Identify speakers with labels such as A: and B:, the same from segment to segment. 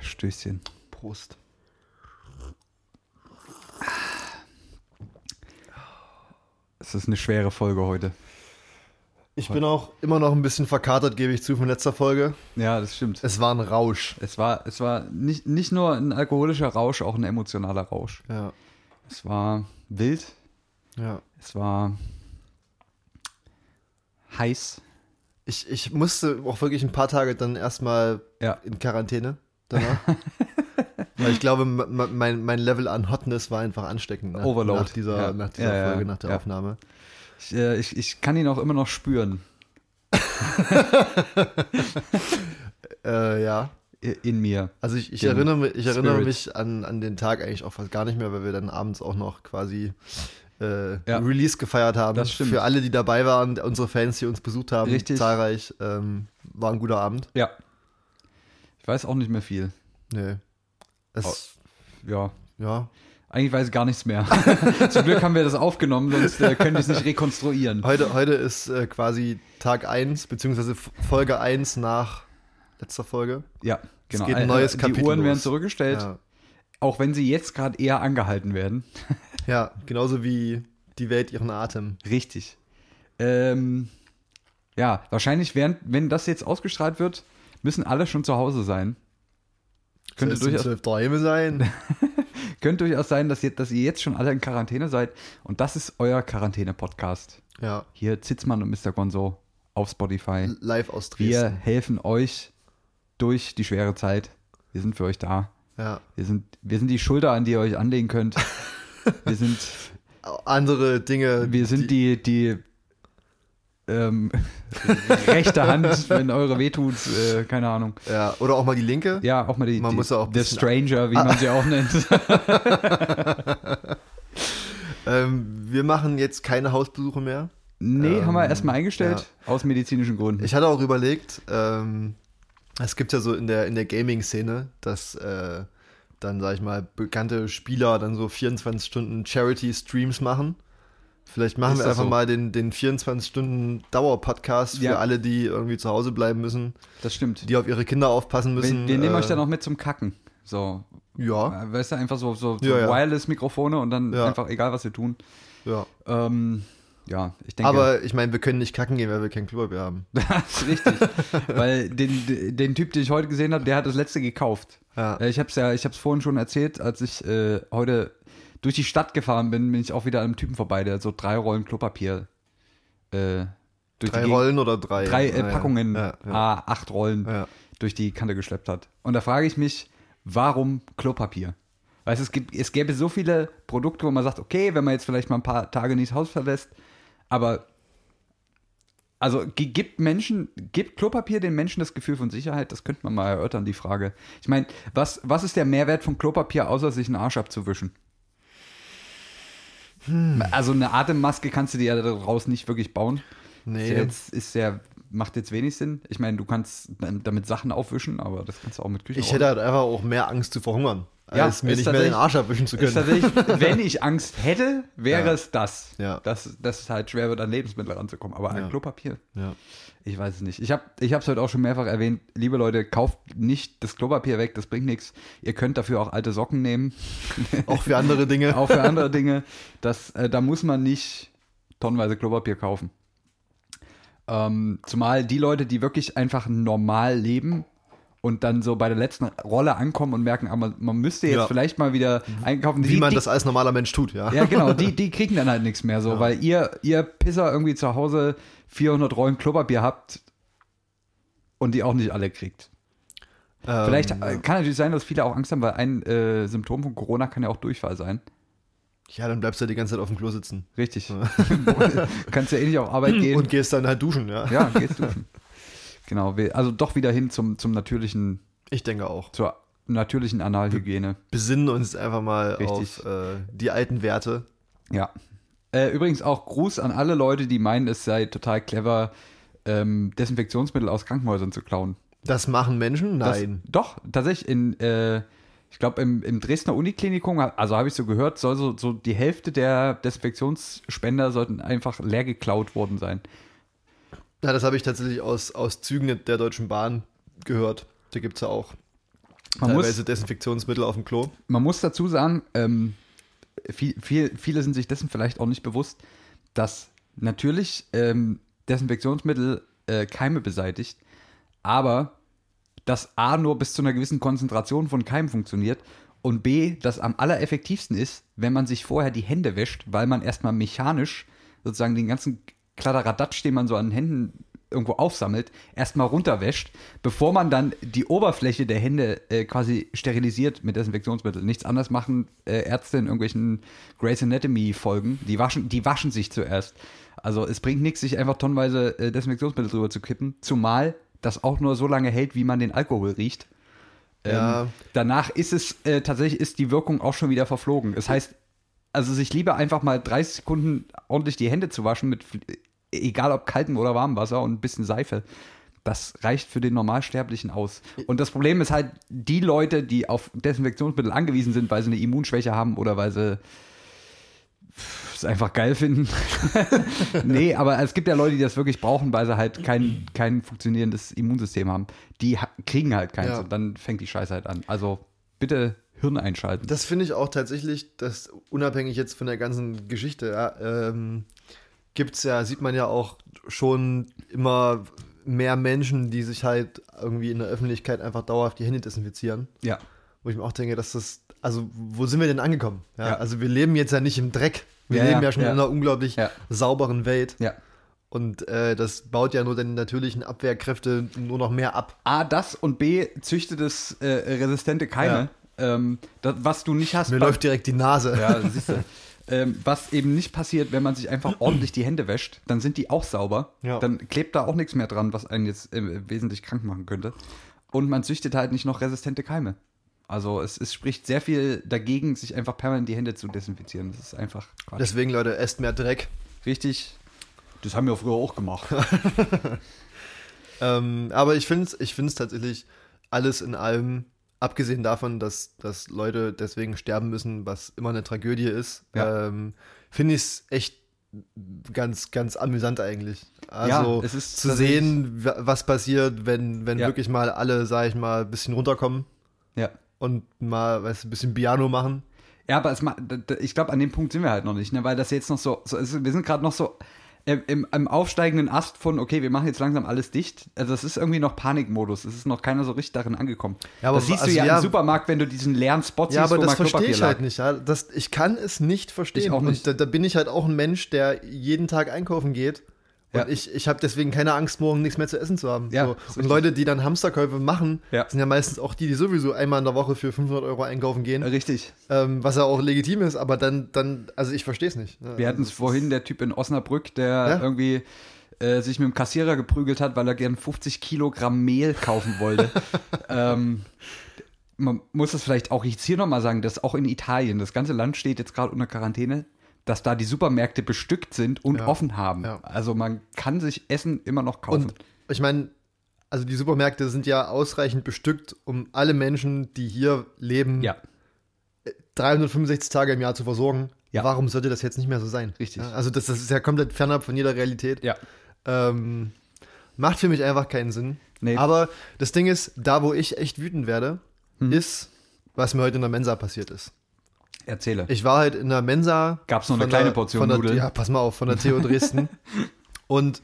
A: Stößchen.
B: Prost.
A: Es ist eine schwere Folge heute.
B: Ich bin auch immer noch ein bisschen verkatert, gebe ich zu, von letzter Folge.
A: Ja, das stimmt.
B: Es war ein Rausch.
A: Es war, es war nicht, nicht nur ein alkoholischer Rausch, auch ein emotionaler Rausch.
B: Ja.
A: Es war wild,
B: ja.
A: es war heiß.
B: Ich, ich musste auch wirklich ein paar Tage dann erstmal
A: Ja.
B: in Quarantäne danach. Weil ich glaube, m- m- mein, mein Level an Hotness war einfach ansteckend. Nach,
A: Overload.
B: Nach dieser,
A: Ja.
B: nach dieser
A: Ja, ja,
B: Folge,
A: ja.
B: nach der
A: Ja.
B: Aufnahme.
A: Ich, äh, ich, ich kann ihn auch immer noch spüren.
B: Äh, ja.
A: I- In mir.
B: Also ich, ich
A: Den
B: erinnere, mich- ich erinnere
A: Spirit.
B: mich an, an den Tag eigentlich auch fast gar nicht mehr, weil wir dann abends auch noch quasi äh,
A: Ja.
B: Release gefeiert haben.
A: Das stimmt.
B: Für alle, die dabei waren, unsere Fans, die uns besucht haben,
A: Richtig.
B: zahlreich, ähm, war ein guter Abend.
A: Ja. Ich weiß auch nicht mehr viel.
B: Nee. Es,
A: Ja.
B: ja.
A: Eigentlich weiß ich gar nichts mehr. Zum Glück haben wir das aufgenommen, sonst äh, können wir es nicht rekonstruieren.
B: Heute, heute ist äh, quasi Tag 1, beziehungsweise F- Folge 1 nach letzter Folge.
A: Ja, genau.
B: geht ein neues
A: die
B: Kapitel
A: Uhren werden
B: los.
A: zurückgestellt,
B: Ja.
A: auch wenn sie jetzt gerade eher angehalten werden.
B: ja, genauso wie die Welt ihren Atem.
A: Richtig. Ähm, ja, wahrscheinlich, während, wenn das jetzt ausgestrahlt wird, müssen alle schon zu Hause sein. Könnte
B: Soll es
A: durchaus,
B: um 12 Uhr daheim sein.
A: könnte durchaus sein, dass ihr, dass ihr jetzt schon alle in Quarantäne seid. Und das ist euer Quarantäne-Podcast.
B: ja,
A: Hier Zitzmann und Mr. Gonzo auf Spotify.
B: live aus
A: Wir
B: Dresden.
A: helfen euch durch die schwere Zeit. Wir sind für euch da.
B: Ja.
A: Wir sind, wir sind die Schulter, an die ihr euch anlegen könnt. Wir sind
B: Andere Dinge.
A: Wir sind die, die, ähm, rechte Hand, wenn eure wehtut, äh, keine Ahnung.
B: Ja, oder auch mal die Linke.
A: Ja, auch mal die,
B: Man
A: die
B: muss ja auch ein
A: The
B: bisschen-
A: Stranger, wie man sie auch nennt.
B: Ähm, wir machen jetzt keine Hausbesuche mehr.
A: Nee, haben wir
B: Ähm,
A: erstmal eingestellt, aus medizinischen Gründen.
B: Ich hatte auch überlegt, ähm, es gibt ja so in der, in der Gaming-Szene, dass äh, dann, sag ich mal, bekannte Spieler dann so 24 Stunden Charity-Streams machen. Vielleicht machen
A: Ist
B: wir
A: das
B: einfach
A: so?
B: mal den, den 24-Stunden-Dauer-Podcast für
A: Ja.
B: alle, die irgendwie zu Hause bleiben müssen,
A: das stimmt.
B: die auf ihre Kinder aufpassen
A: wir,
B: müssen.
A: wir nehmen
B: äh,
A: euch dann auch mit zum Kacken. So,
B: Ja,
A: äh, weißt du, einfach so, so, so
B: Ja, ja.
A: Wireless-Mikrofone und dann
B: Ja.
A: einfach, egal was wir tun.
B: ja.
A: Ähm, ja, ich Äh, denke,
B: Aber ich meine, wir können nicht kacken gehen, weil wir kein Klopapier haben.
A: das ist richtig. Weil den, den Typ, den ich heute gesehen habe, der hat das letzte gekauft.
B: Ja.
A: Ja, Ich habe es ja, ich habe es vorhin schon erzählt, als ich äh, heute durch die Stadt gefahren bin, bin ich auch wieder an einem Typen vorbei, der so drei Rollen Klopapier äh, durch
B: Drei
A: die Gegend-
B: Rollen oder drei?
A: drei äh,
B: Ja, ja.
A: Packungen,
B: Ja, ja.
A: ah, acht Rollen
B: Ja.
A: durch die Kante geschleppt hat. Und da frage ich mich, warum Klopapier? Weißt du, es, gibt, es gäbe so viele Produkte, wo man sagt, okay, wenn man jetzt vielleicht mal ein paar Tage nicht das Haus verlässt, aber also gi- gibt Menschen, gibt Klopapier den Menschen das Gefühl von Sicherheit? Das könnte man mal erörtern, die Frage. Ich meine, was, was ist der Mehrwert von Klopapier, außer sich einen Arsch abzuwischen?
B: Hm.
A: Also eine Atemmaske kannst du dir ja daraus nicht wirklich bauen. Ist ja
B: Nee.
A: Jetzt ist ja, macht jetzt wenig Sinn. Ich meine, du kannst dann damit Sachen aufwischen, aber das kannst du auch mit Küche
B: Ich hätte halt einfach auch mehr Angst zu verhungern,
A: Ja,
B: als mir
A: ist
B: nicht mehr den
A: tatsächlich-
B: Arsch abwischen zu
A: ist
B: können.
A: tatsächlich, wenn ich Angst hätte, wäre
B: Ja.
A: es das.
B: Ja.
A: Dass, dass es halt schwer wird, an Lebensmittel ranzukommen. Aber
B: Ja.
A: an Klopapier,
B: Ja.
A: ich weiß es nicht. Ich habe es heute auch schon mehrfach erwähnt. Liebe Leute, kauft nicht das Klopapier weg, das bringt nichts. Ihr könnt dafür auch alte Socken nehmen,
B: Auch für andere Dinge.
A: auch für andere Dinge. Das, äh, da muss man nicht tonnenweise Klopapier kaufen. Ähm, zumal die Leute, die wirklich einfach normal leben und dann so bei der letzten Rolle ankommen und merken, aber man müsste jetzt
B: Ja.
A: vielleicht mal wieder einkaufen.
B: Wie
A: die,
B: man
A: die,
B: das als normaler Mensch tut, ja.
A: Ja, genau, die, die kriegen dann halt nichts mehr so, weil ihr, ihr Pisser irgendwie zu Hause 400 Rollen Klopapier habt und die auch nicht alle kriegt.
B: Ähm,
A: Vielleicht äh, kann natürlich sein, dass viele auch Angst haben, weil ein äh, Symptom von Corona kann ja auch Durchfall sein.
B: Ja, dann bleibst du halt die ganze Zeit auf dem Klo sitzen.
A: Richtig. Kannst ja eh nicht auf Arbeit gehen.
B: Und gehst dann halt duschen, ja.
A: ja, gehst duschen. genau, wir- also doch wieder hin zum, zum natürlichen,
B: Ich denke auch.
A: zur natürlichen Analhygiene.
B: Besinnen uns einfach mal
A: Richtig.
B: auf äh, die alten Werte.
A: Ja. Äh, übrigens auch Gruß an alle Leute, die meinen, es sei total clever, ähm, Desinfektionsmittel aus Krankenhäusern zu klauen.
B: Das machen Menschen?
A: Das-
B: Nein.
A: Doch, tatsächlich. In, äh, ich glaube, im, im Dresdner Uniklinikum, also habe ich so gehört, soll so, so die Hälfte der Desinfektionsspender sollten einfach leer geklaut worden sein.
B: ja, das habe ich tatsächlich aus, aus Zügen der Deutschen Bahn gehört. Da gibt es ja auch
A: Man
B: teilweise
A: muss,
B: Desinfektionsmittel auf dem Klo.
A: man muss dazu sagen, ähm, viel, viel, viele sind sich dessen vielleicht auch nicht bewusst, dass natürlich ähm, Desinfektionsmittel äh, Keime beseitigt, aber dass A nur bis zu einer gewissen Konzentration von Keimen funktioniert und B, dass am allereffektivsten ist, wenn man sich vorher die Hände wäscht, weil man erstmal mechanisch sozusagen den ganzen Kladderadatsch, den man so an den Händen irgendwo aufsammelt, erstmal runterwäscht, bevor man dann die Oberfläche der Hände äh, quasi sterilisiert mit Desinfektionsmittel. Nichts anderes machen äh, Ärzte in irgendwelchen Grey's Anatomy Folgen. Die waschen, die waschen sich zuerst. Also es bringt nichts, sich einfach tonnenweise äh, Desinfektionsmittel drüber zu kippen, zumal das auch nur so lange hält, wie man den Alkohol riecht. Ähm,
B: Ja.
A: Danach ist es äh, tatsächlich ist die Wirkung auch schon wieder verflogen. Das heißt, also sich lieber einfach mal 30 Sekunden ordentlich die Hände zu waschen mit fl- äh, egal ob kaltem oder warmem Wasser und ein bisschen Seife. Das reicht für den Normalsterblichen aus. Und das Problem ist halt, die Leute, die auf Desinfektionsmittel angewiesen sind, weil sie eine Immunschwäche haben oder weil sie es einfach geil finden. nee, aber es gibt ja Leute, die das wirklich brauchen, weil sie halt kein, kein funktionierendes Immunsystem haben. Die ha kriegen halt keins
B: Ja.
A: und dann fängt die Scheiße halt an. Also bitte Hirn einschalten.
B: Das finde ich auch tatsächlich, dass unabhängig jetzt von der ganzen Geschichte, ja, ähm, gibt's ja, sieht man ja auch schon immer mehr Menschen, die sich halt irgendwie in der Öffentlichkeit einfach dauerhaft die Hände desinfizieren.
A: ja.
B: Wo ich mir auch denke, dass das, also wo sind wir denn angekommen? Ja,
A: Ja.
B: Also wir leben jetzt ja nicht im Dreck. Wir
A: Ja,
B: leben
A: ja,
B: ja, schon
A: ja.
B: in einer unglaublich
A: Ja.
B: sauberen Welt.
A: Ja.
B: Und äh, das baut ja nur den natürlichen Abwehrkräfte nur noch mehr ab.
A: A, das und B, züchtet es äh, resistente Keime, ähm, das, was du nicht hast.
B: Mir
A: bei-
B: läuft direkt die Nase.
A: ja, siehst du. Ähm, was eben nicht passiert, wenn man sich einfach ordentlich die Hände wäscht, dann sind die auch sauber.
B: Ja.
A: Dann klebt da auch nichts mehr dran, was einen jetzt äh, wesentlich krank machen könnte. Und man züchtet halt nicht noch resistente Keime. Also es, es spricht sehr viel dagegen, sich einfach permanent die Hände zu desinfizieren. Das ist einfach Quatsch.
B: Deswegen, Leute, esst mehr Dreck.
A: Richtig. Das haben wir früher auch gemacht.
B: Ähm, aber ich finde es ich find's tatsächlich alles in allem, abgesehen davon, dass, dass Leute deswegen sterben müssen, was immer eine Tragödie ist,
A: Ja.
B: ähm, finde ich es echt ganz, ganz amüsant eigentlich.
A: Ja,
B: Also
A: es ist
B: zu
A: tatsächlich-
B: sehen, wa- was passiert, wenn, wenn
A: Ja.
B: wirklich mal alle, sag ich mal, ein bisschen runterkommen
A: ja.
B: und mal, weißt du, ein bisschen Piano machen.
A: Ja, aber es, ma- d- d- ich glaube, an dem Punkt sind wir halt noch nicht, ne? weil das jetzt noch so, so es- wir sind gerade noch so im, im, im aufsteigenden Ast von, okay, wir machen jetzt langsam alles dicht. Also es ist irgendwie noch Panikmodus, es ist noch keiner so richtig darin angekommen.
B: Ja, aber
A: das siehst du
B: also
A: ja,
B: ja-
A: im Supermarkt, wenn du diesen leeren Spot siehst,
B: Ja, aber
A: wo
B: das
A: mal
B: verstehe
A: Klopapier
B: ich
A: lag.
B: halt nicht. Ja. Das, ich kann es nicht verstehen.
A: Ich auch nicht.
B: Und da, da bin ich halt auch ein Mensch, der jeden Tag einkaufen geht. Und
A: Ja.
B: ich, ich habe deswegen keine Angst, morgen nichts mehr zu essen zu haben.
A: Ja,
B: so.
A: ist
B: Und
A: richtig.
B: Leute, die dann Hamsterkäufe machen,
A: Ja.
B: sind ja meistens auch die, die sowieso einmal in der Woche für 500 Euro einkaufen gehen.
A: Richtig.
B: Ähm, was ja auch legitim ist, aber dann, dann also ich verstehe es nicht. ne?
A: Wir hatten es
B: Also,
A: vorhin, der Typ in Osnabrück, der
B: Ja.
A: irgendwie äh, sich mit dem Kassierer geprügelt hat, weil er gern 50 Kilogramm Mehl kaufen wollte. ähm, man muss das vielleicht auch jetzt hier nochmal sagen, dass auch in Italien, das ganze Land steht jetzt gerade unter Quarantäne, dass da die Supermärkte bestückt sind und
B: Ja.
A: offen haben.
B: Ja.
A: Also man kann sich Essen immer noch kaufen.
B: Und ich meine, also die Supermärkte sind ja ausreichend bestückt, um alle Menschen, die hier leben,
A: ja,
B: 365 Tage im Jahr zu versorgen.
A: Ja.
B: Warum sollte das jetzt nicht mehr so sein?
A: Richtig.
B: Ja, Also das, das ist ja komplett fernab von jeder Realität.
A: ja.
B: Ähm, macht für mich einfach keinen Sinn.
A: Nee.
B: Aber das Ding ist, da wo ich echt wütend werde,
A: Hm.
B: ist, was mir heute in der Mensa passiert ist.
A: Erzähle.
B: Ich war halt in der Mensa.
A: Gab's noch eine
B: von
A: kleine
B: der-
A: Portion
B: von der,
A: Nudeln?
B: Ja, pass mal auf, von der TU Dresden. Und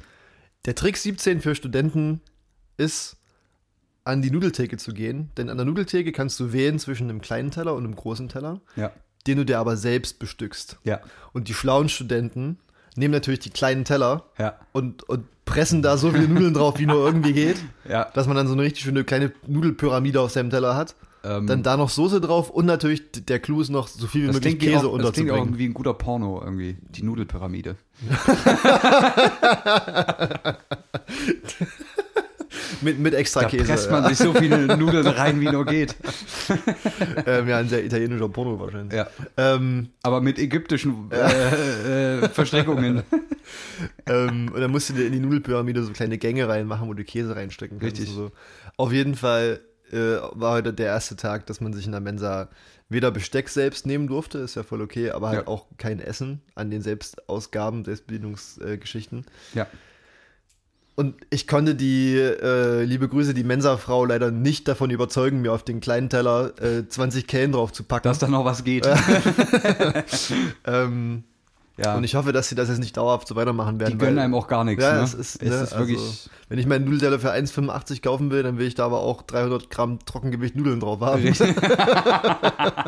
B: der Trick 17 für Studenten ist, an die Nudeltheke zu gehen. Denn an der Nudeltheke kannst du wählen zwischen einem kleinen Teller und einem großen Teller
A: ja,
B: den du dir aber selbst bestückst.
A: ja,
B: Und die schlauen Studenten nehmen natürlich die kleinen Teller
A: ja,
B: und, und pressen da so viele Nudeln drauf, wie nur irgendwie geht,
A: ja.
B: dass man dann so eine richtig schöne kleine Nudelpyramide auf seinem Teller hat.
A: Ähm,
B: Dann da noch Soße drauf und natürlich d- der Clou ist noch, so viel wie
A: das
B: möglich
A: klingt, wie
B: Käse
A: auch, das klingt auch
B: unterzubringen.
A: wie ein guter Porno irgendwie, die Nudelpyramide.
B: Mit, mit extra
A: Da
B: Käse.
A: presst man sich so viele Nudeln rein, wie nur geht.
B: ja. Ähm, ja, ein sehr italienischer Porno wahrscheinlich.
A: Ja.
B: Ähm,
A: Aber mit ägyptischen äh, äh, Verstrickungen.
B: ähm, und dann musst du dir in die Nudelpyramide so kleine Gänge reinmachen, wo du Käse reinstecken kannst.
A: Richtig.
B: Und so. Auf jeden Fall äh, war heute der erste Tag, dass man sich in der Mensa weder Besteck selbst nehmen durfte, ist ja voll okay, aber halt
A: Ja.
B: auch kein Essen an den Selbstausgaben, Selbstbedienungsgeschichten. Äh, Geschichten.
A: Ja.
B: Und ich konnte die, äh, liebe Grüße, die Mensa-Frau leider nicht davon überzeugen, mir auf den kleinen Teller äh, 20 Kellen drauf zu packen.
A: Dass da noch was geht.
B: ähm,
A: Ja.
B: Und ich hoffe, dass sie das jetzt nicht dauerhaft so weitermachen werden.
A: die gönnen
B: weil-
A: einem auch gar nichts.
B: Ja,
A: ne?
B: es ist, ne,
A: es ist wirklich.
B: also, wenn ich meinen Nudelteller für 1,85 kaufen will, dann will ich da aber auch 300 Gramm Trockengewicht Nudeln drauf haben.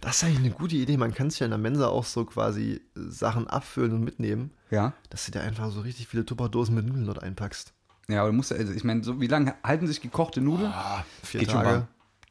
B: Das ist eigentlich eine gute Idee. Man kann sich ja in der Mensa auch so quasi äh, Sachen abfüllen und mitnehmen,
A: ja.
B: dass du dir einfach so richtig viele Tupperdosen mit Nudeln dort einpackst.
A: Ja, aber du musst, also ich meine, so, wie lange halten sich gekochte Nudeln?
B: Vier
A: Geht schon
B: Tage
A: mal.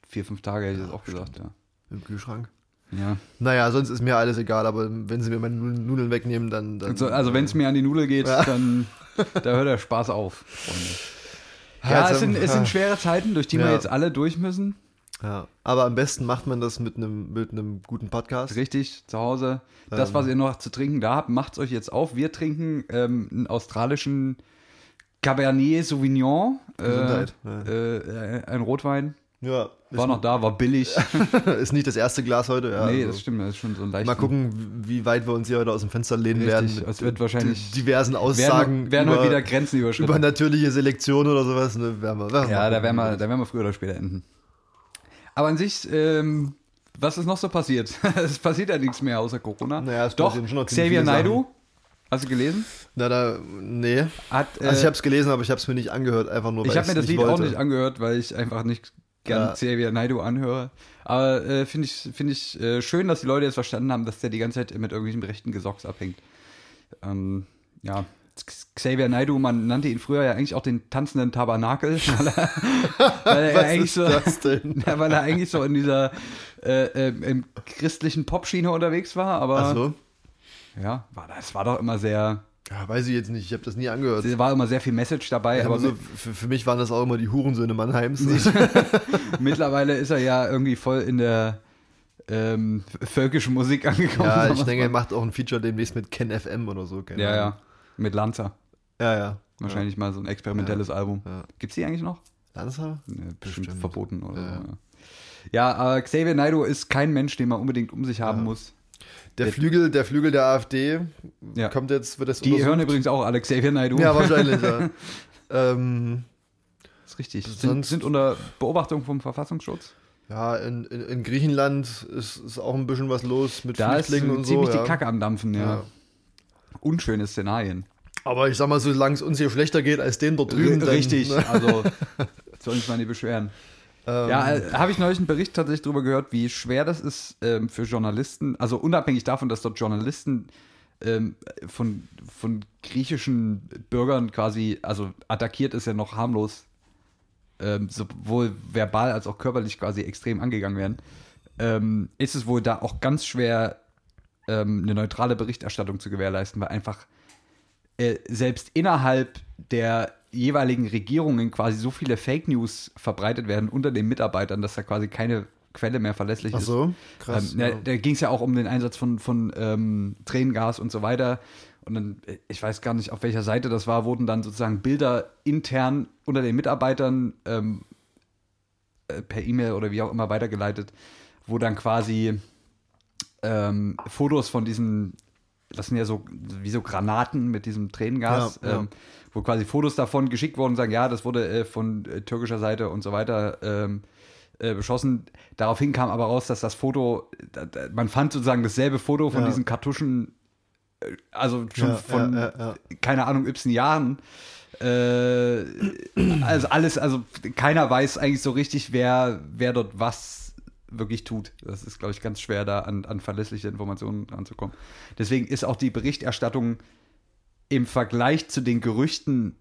A: Vier, fünf Tage hätte ich jetzt auch gesagt, ja.
B: im Kühlschrank.
A: ja.
B: Naja, sonst ist mir alles egal, aber wenn sie mir meine Nudeln Nudeln wegnehmen, dann. dann
A: Also, also wenn es mir an die Nudel geht, dann da hört der Spaß auf, Freunde. Ja,
B: Also,
A: es sind, es
B: ah.
A: sind schwere Zeiten, durch die wir
B: Ja.
A: jetzt alle durch müssen.
B: Ja. Aber am besten macht man das mit einem mit einem guten Podcast.
A: Richtig, zu Hause. Das,
B: Ähm.
A: was ihr noch zu trinken da habt, macht's euch jetzt auf. Wir trinken ähm, einen australischen Cabernet Sauvignon. Äh,
B: Gesundheit, ja.
A: äh, äh, ein Rotwein.
B: Ja,
A: War noch da, war billig.
B: Also. ist nicht das erste Glas heute. Ja,
A: nee,
B: also.
A: das stimmt, das ist schon so ein leichter.
B: Mal gucken, wie weit wir uns hier heute aus dem Fenster lehnen
A: Richtig,
B: werden. mit
A: es wird wahrscheinlich-
B: diversen Aussagen
A: werden, werden
B: über,
A: wir wieder Grenzen
B: über
A: überschritten.
B: natürliche Selektion oder sowas. Ne, werden wir, werden
A: Ja,
B: wir
A: da werden, wir, da werden wir früher oder später enden. Aber an sich, ähm, was ist noch so passiert? es passiert ja nichts mehr außer Corona.
B: Naja, es
A: Doch,
B: passieren schon noch ziemlich
A: Xavier
B: viele Sachen.
A: Naidoo, hast du gelesen?
B: Na, da, nee.
A: Hat, äh,
B: Also ich habe es gelesen, aber ich habe es mir nicht angehört, einfach nur, weil
A: ich hab
B: ich's
A: mir das
B: nicht
A: Lied
B: wollte.
A: auch nicht angehört, weil ich einfach nicht gern
B: Ja.
A: Xavier Naidoo anhöre. Aber äh, finde ich, finde ich äh, schön, dass die Leute jetzt verstanden haben, dass der die ganze Zeit mit irgendwelchen rechten Gesocks abhängt. Ähm, ja. Xavier Naidoo, man nannte ihn früher ja eigentlich auch den tanzenden Tabernakel, weil er, weil er ja
B: Was
A: eigentlich
B: ist
A: so,
B: das denn?
A: Na, weil er eigentlich so in dieser äh, ähm, im christlichen Popschiene unterwegs war, aber
B: Ach so.
A: ja, war das war doch immer sehr,
B: Also, Ja, weiß ich jetzt nicht, ich habe das nie angehört.
A: es war immer sehr viel Message dabei,
B: aber
A: aber
B: so, für, für mich waren das auch immer die Hurensöhne Mannheims.
A: mit- mittlerweile ist er ja irgendwie voll in der ähm, völkischen Musik angekommen.
B: ja,
A: sagen
B: ich
A: wir's
B: denke, er
A: mal.
B: macht auch ein Feature demnächst mit Ken FM oder so. keine
A: ja,
B: Ahnung.
A: ja, mit Lanza
B: Ja, ja.
A: wahrscheinlich mal so ein experimentelles Album.
B: Ja.
A: Gibt's die eigentlich noch?
B: Lanzer?
A: Ne, bestimmt,
B: Bestimmt.
A: verboten oder
B: Ja.
A: so. Ja. Ja, aber Xavier Naidoo ist kein Mensch, den man unbedingt um sich haben muss.
B: Der Flügel, der Flügel der AfD
A: Ja.
B: kommt jetzt, wird das
A: Die
B: untersucht.
A: hören übrigens auch alle Xavier Naidoo.
B: Ja, wahrscheinlich, ja. ähm,
A: ist richtig. Sind,
B: Sonst-
A: sind unter Beobachtung vom Verfassungsschutz.
B: ja, in, in, in Griechenland ist, ist auch ein bisschen was los mit
A: Da ist
B: Flüchtlingen und so.
A: ziemlich
B: ja.
A: die Kacke am Dampfen, ja.
B: Ja.
A: Unschöne Szenarien.
B: Aber ich sag mal, solange es uns hier schlechter geht als denen dort drüben.
A: R-
B: Dann,
A: Richtig,
B: Ne?
A: also sollen uns mal nicht beschweren.
B: Ähm,
A: Ja, äh, habe ich neulich einen Bericht tatsächlich darüber gehört, wie schwer das ist ähm, für Journalisten, also unabhängig davon, dass dort Journalisten ähm, von, von griechischen Bürgern quasi, also attackiert ist ja noch harmlos, ähm, sowohl verbal als auch körperlich quasi extrem angegangen werden, ähm, ist es wohl da auch ganz schwer, ähm, eine neutrale Berichterstattung zu gewährleisten, weil einfach äh, selbst innerhalb der jeweiligen Regierungen quasi so viele Fake News verbreitet werden unter den Mitarbeitern, dass da quasi keine Quelle mehr verlässlich
B: Ach
A: ist.
B: so, krass.
A: also, Ähm, na,
B: ja.
A: Da ging es ja auch um den Einsatz von, von ähm, Tränengas und so weiter. Und dann, äh, ich weiß gar nicht, auf welcher Seite das war, wurden dann sozusagen Bilder intern unter den Mitarbeitern ähm, äh, per E-Mail oder wie auch immer weitergeleitet, wo dann quasi ähm, Fotos von diesen, das sind ja so wie so Granaten mit diesem Tränengas,
B: Ja, ja.
A: Ähm, wo quasi Fotos davon geschickt wurden und sagen, ja, das wurde äh, von äh, türkischer Seite und so weiter ähm, äh, beschossen. Daraufhin kam aber raus, dass das Foto, da, da, man fand sozusagen dasselbe Foto von
B: Ja.
A: diesen Kartuschen, äh, also schon
B: Ja,
A: von,
B: ja, ja,
A: keine Ahnung, übsten Jahren. Äh, also alles, also keiner weiß eigentlich so richtig, wer, wer dort was wirklich tut. Das ist, glaube ich, ganz schwer, da an, an verlässliche Informationen ranzukommen. Deswegen ist auch die Berichterstattung im Vergleich zu den Gerüchten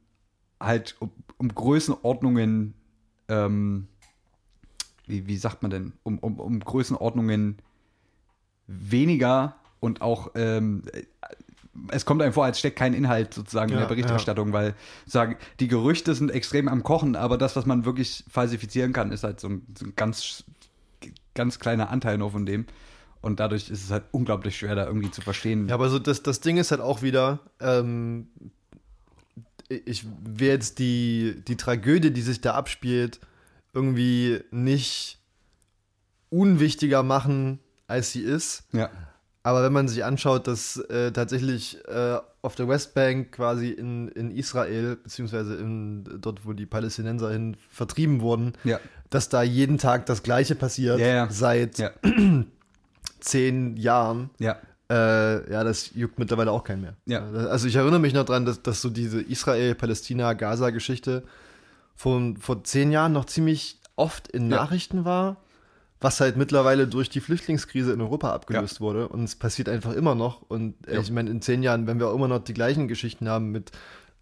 A: halt um, um Größenordnungen, ähm, wie, wie sagt man denn, um, um, um Größenordnungen weniger und auch, ähm, es kommt einem vor, als steckt kein Inhalt sozusagen in
B: Ja,
A: der Berichterstattung, weil sagen, die Gerüchte sind extrem am Kochen, aber das, was man wirklich falsifizieren kann, ist halt so ein, so ein ganz, ganz kleiner Anteil nur von dem. Und dadurch ist es halt unglaublich schwer, da irgendwie zu verstehen.
B: Ja, aber so das, das Ding ist halt auch wieder, ähm, ich will jetzt die, die Tragödie, die sich da abspielt, irgendwie nicht unwichtiger machen, als sie ist.
A: Ja.
B: Aber wenn man sich anschaut, dass äh, tatsächlich äh, auf der Westbank quasi in, in Israel, beziehungsweise in, dort, wo die Palästinenser hin vertrieben wurden,
A: Ja.
B: dass da jeden Tag das Gleiche passiert
A: Ja, ja.
B: seit
A: Ja.
B: zehn Jahren.
A: Ja.
B: Äh, ja, das juckt mittlerweile auch keinen mehr.
A: Ja.
B: Also ich erinnere mich noch dran, dass, dass so diese Israel-Palästina-Gaza-Geschichte von vor zehn Jahren noch ziemlich oft in
A: Ja.
B: Nachrichten war, was halt mittlerweile durch die Flüchtlingskrise in Europa abgelöst wurde. Und es passiert einfach immer noch. Und äh,
A: Ja.
B: ich meine, in zehn Jahren, wenn wir auch immer noch die gleichen Geschichten haben mit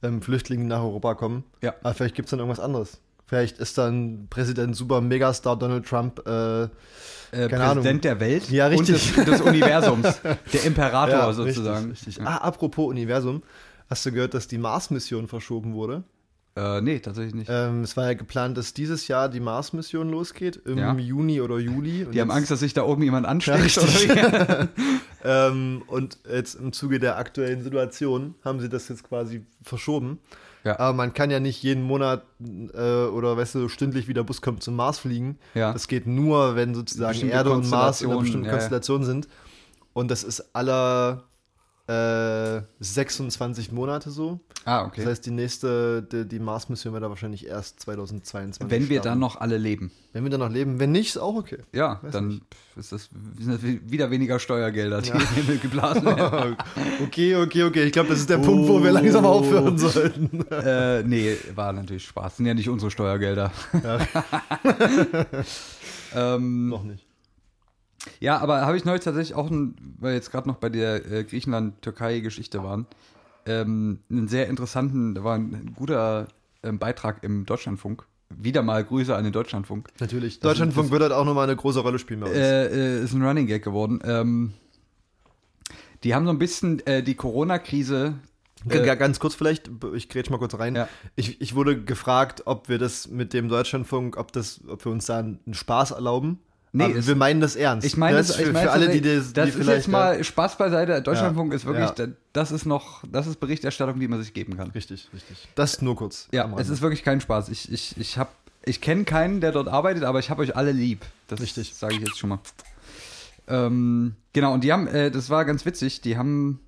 B: ähm, Flüchtlingen die nach Europa kommen,
A: Ja.
B: aber vielleicht gibt es dann irgendwas anderes. Vielleicht ist dann Präsident super Megastar Donald Trump äh,
A: Äh,
B: Keine
A: Präsident
B: Ahnung.
A: der Welt
B: Ja,
A: und
B: richtig.
A: des, des Universums. Der Imperator
B: Ja,
A: sozusagen.
B: Richtig, richtig.
A: Ja.
B: Ah, apropos Universum, hast du gehört, dass die Mars-Mission verschoben wurde?
A: Äh, nee, tatsächlich nicht.
B: Ähm, es war ja geplant, dass dieses Jahr die Mars-Mission losgeht, im
A: Ja.
B: Juni oder Juli. Und
A: Die haben
B: jetzt-
A: Angst, dass sich da oben jemand ansteckt.
B: Ja, richtig.
A: oder wie?
B: Ähm, und jetzt im Zuge der aktuellen Situation haben sie das jetzt quasi verschoben.
A: Ja.
B: Aber man kann ja nicht jeden Monat äh, oder weißt du, stündlich wieder Bus kommt zum Mars fliegen.
A: Ja.
B: Das geht nur, wenn sozusagen
A: Bestimmte
B: Erde und Mars in einer
A: Konstellationen,
B: bestimmten
A: ja, ja.
B: Konstellation sind. Und das ist aller äh, 26 Monate so.
A: ah, okay.
B: Das heißt, die nächste, die, die Mars-Mission wird da wahrscheinlich erst 2022.
A: Wenn wir dann
B: starten.
A: noch alle leben.
B: Wenn wir dann noch leben, wenn nicht, ist auch okay.
A: Ja,
B: Weiß
A: dann pf, ist das, sind das wieder weniger Steuergelder, die
B: Ja.
A: in den Himmel geblasen werden.
B: okay, okay, okay. Ich glaube, das ist der Punkt, wo wir
A: Oh.
B: langsam aufhören sollten.
A: äh, nee, war natürlich Spaß. Sind ja nicht unsere Steuergelder. ähm,
B: noch nicht.
A: Ja, aber habe ich neulich tatsächlich auch, ein, weil wir jetzt gerade noch bei der äh, Griechenland-Türkei-Geschichte waren, ähm, einen sehr interessanten, da war ein guter ähm, Beitrag im Deutschlandfunk. Wieder mal Grüße an den Deutschlandfunk.
B: Natürlich. Deutschlandfunk wird halt auch nochmal eine große Rolle spielen bei uns.
A: Äh, äh, ist ein Running Gag geworden. Ähm, die haben so ein bisschen äh, die Corona-Krise.
B: G-
A: Äh,
B: Ganz kurz vielleicht, ich grätsch mal kurz rein.
A: Ja.
B: Ich, ich wurde gefragt, ob wir das mit dem Deutschlandfunk, ob, das, ob wir uns da einen Spaß erlauben.
A: Nee,
B: Aber
A: es-
B: wir meinen das ernst.
A: ich meine,
B: das
A: das,
B: ist für,
A: ich meine,
B: für alle, die, die,
A: das,
B: die
A: das ist
B: vielleicht
A: jetzt mal Spaß beiseite. Deutschlandfunk
B: Ja,
A: ist wirklich,
B: ja.
A: da- das ist noch, das ist Berichterstattung, die man sich geben kann.
B: Richtig, richtig. Das nur kurz.
A: Ja,
B: am Rande.
A: es ist wirklich kein Spaß. Ich, ich, ich, hab- ich kenne keinen, der dort arbeitet, aber ich habe euch alle lieb. Das
B: Richtig.
A: sage ich jetzt schon mal. Ähm, genau, und die haben, äh, das war ganz witzig, die haben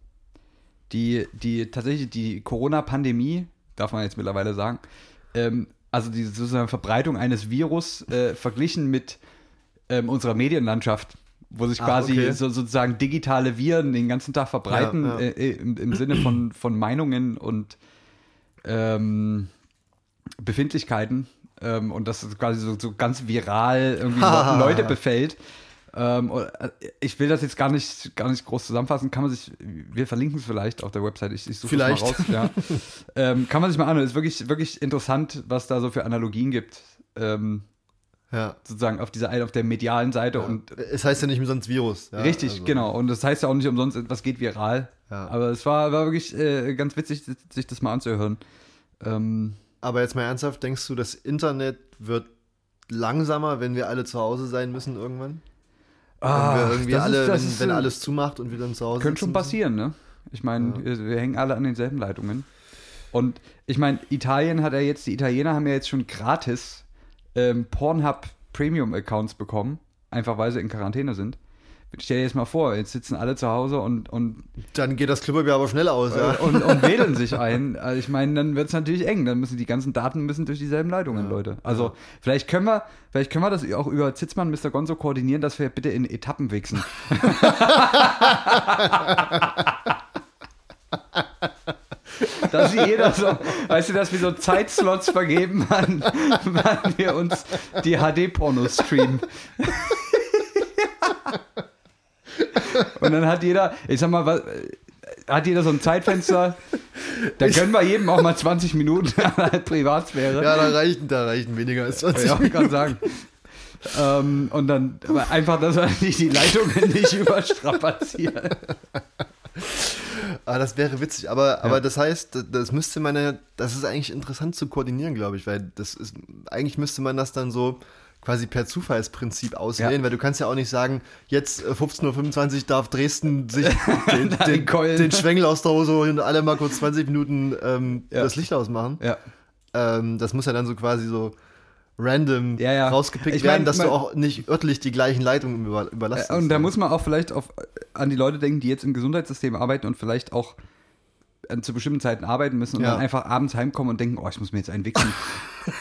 A: die, die tatsächlich die Corona-Pandemie, darf man jetzt mittlerweile sagen, ähm, also die sozusagen Verbreitung eines Virus äh, verglichen mit ähm, unserer Medienlandschaft, wo sich
B: Ah,
A: quasi
B: okay.
A: so, sozusagen digitale Viren den ganzen Tag verbreiten,
B: Ja, ja.
A: Äh, im, im Sinne von, von Meinungen und ähm, Befindlichkeiten ähm, und das ist quasi so, so ganz viral irgendwie Le- Leute befällt. Ähm, und, äh, ich will das jetzt gar nicht, gar nicht groß zusammenfassen. Kann man sich, wir verlinken es vielleicht auf der Website. Ich, ich suche es mal
B: Vielleicht.
A: raus. Ja. ähm, kann man sich mal anhören. Ist wirklich, wirklich interessant, was da so für Analogien gibt. Ähm,
B: ja.
A: sozusagen auf dieser, auf der medialen Seite und
B: es heißt ja nicht umsonst Virus. Ja,
A: Richtig,
B: also.
A: genau. Und das heißt ja auch nicht umsonst, etwas geht viral.
B: Ja.
A: Aber es war, war wirklich äh, ganz witzig, sich das mal anzuhören. Ähm,
B: Aber jetzt mal ernsthaft, denkst du, das Internet wird langsamer, wenn wir alle zu Hause sein müssen irgendwann? wenn wir irgendwie
A: das ist-
B: alle,
A: das
B: wenn,
A: ist,
B: wenn
A: äh,
B: alles zumacht und wir dann zu Hause
A: Könnte schon
B: sitzen müssen?
A: passieren, ne? Ich meine, wir, wir hängen alle an denselben Leitungen. Und ich meine, Italien hat ja jetzt, die Italiener haben ja jetzt schon gratis ähm, Pornhub Premium Accounts bekommen, einfach weil sie in Quarantäne sind. Stell dir jetzt mal vor, jetzt sitzen alle zu Hause und, und,
B: Dann geht das Klopapier aber schnell aus, ja.
A: Äh, und, und wählen sich ein. Also ich meine, dann wird es natürlich eng. Dann müssen die ganzen Daten müssen durch dieselben Leitungen, Leute. Also vielleicht können wir, vielleicht können wir das auch über Zitzmann, Mr. Gonzo koordinieren, dass wir bitte in Etappen wichsen. dass sie jeder so, weißt du, dass wir so Zeitslots vergeben, wann, wann wir uns die HD-Pornos streamen. Und dann hat jeder, ich sag mal, was, hat jeder so ein Zeitfenster, da können wir jedem auch mal 20 Minuten Privatsphäre.
B: Ja, da reichen, da reichen weniger als 20
A: Ja, ich
B: Minuten.
A: kann sagen. ähm, und dann aber einfach, dass er die, die Leitungen nicht überstrapaziert.
B: Ah, das wäre witzig, aber, aber das heißt, das- das müsste man ja, das ist eigentlich interessant zu koordinieren, glaube ich, weil das ist, eigentlich müsste man das dann so quasi per Zufallsprinzip auswählen, weil du kannst ja auch nicht sagen, jetzt äh, 15.25 Uhr darf Dresden sich den, den,
A: Keulen.
B: den Schwengel aus der Hose holen und alle mal kurz 20 Minuten ähm,
A: Ja.
B: das Licht ausmachen.
A: Ja.
B: Ähm, das muss ja dann so quasi so random
A: Ja, ja.
B: rausgepickt
A: Ich mein,
B: werden, dass
A: man-
B: du auch nicht örtlich die gleichen Leitungen über, überlassen
A: Äh, Und da muss man auch vielleicht auf, äh, an die Leute denken, die jetzt im Gesundheitssystem arbeiten und vielleicht auch an- zu bestimmten Zeiten arbeiten müssen und
B: Ja.
A: dann einfach abends heimkommen und denken, oh, ich muss mir jetzt einen wichsen.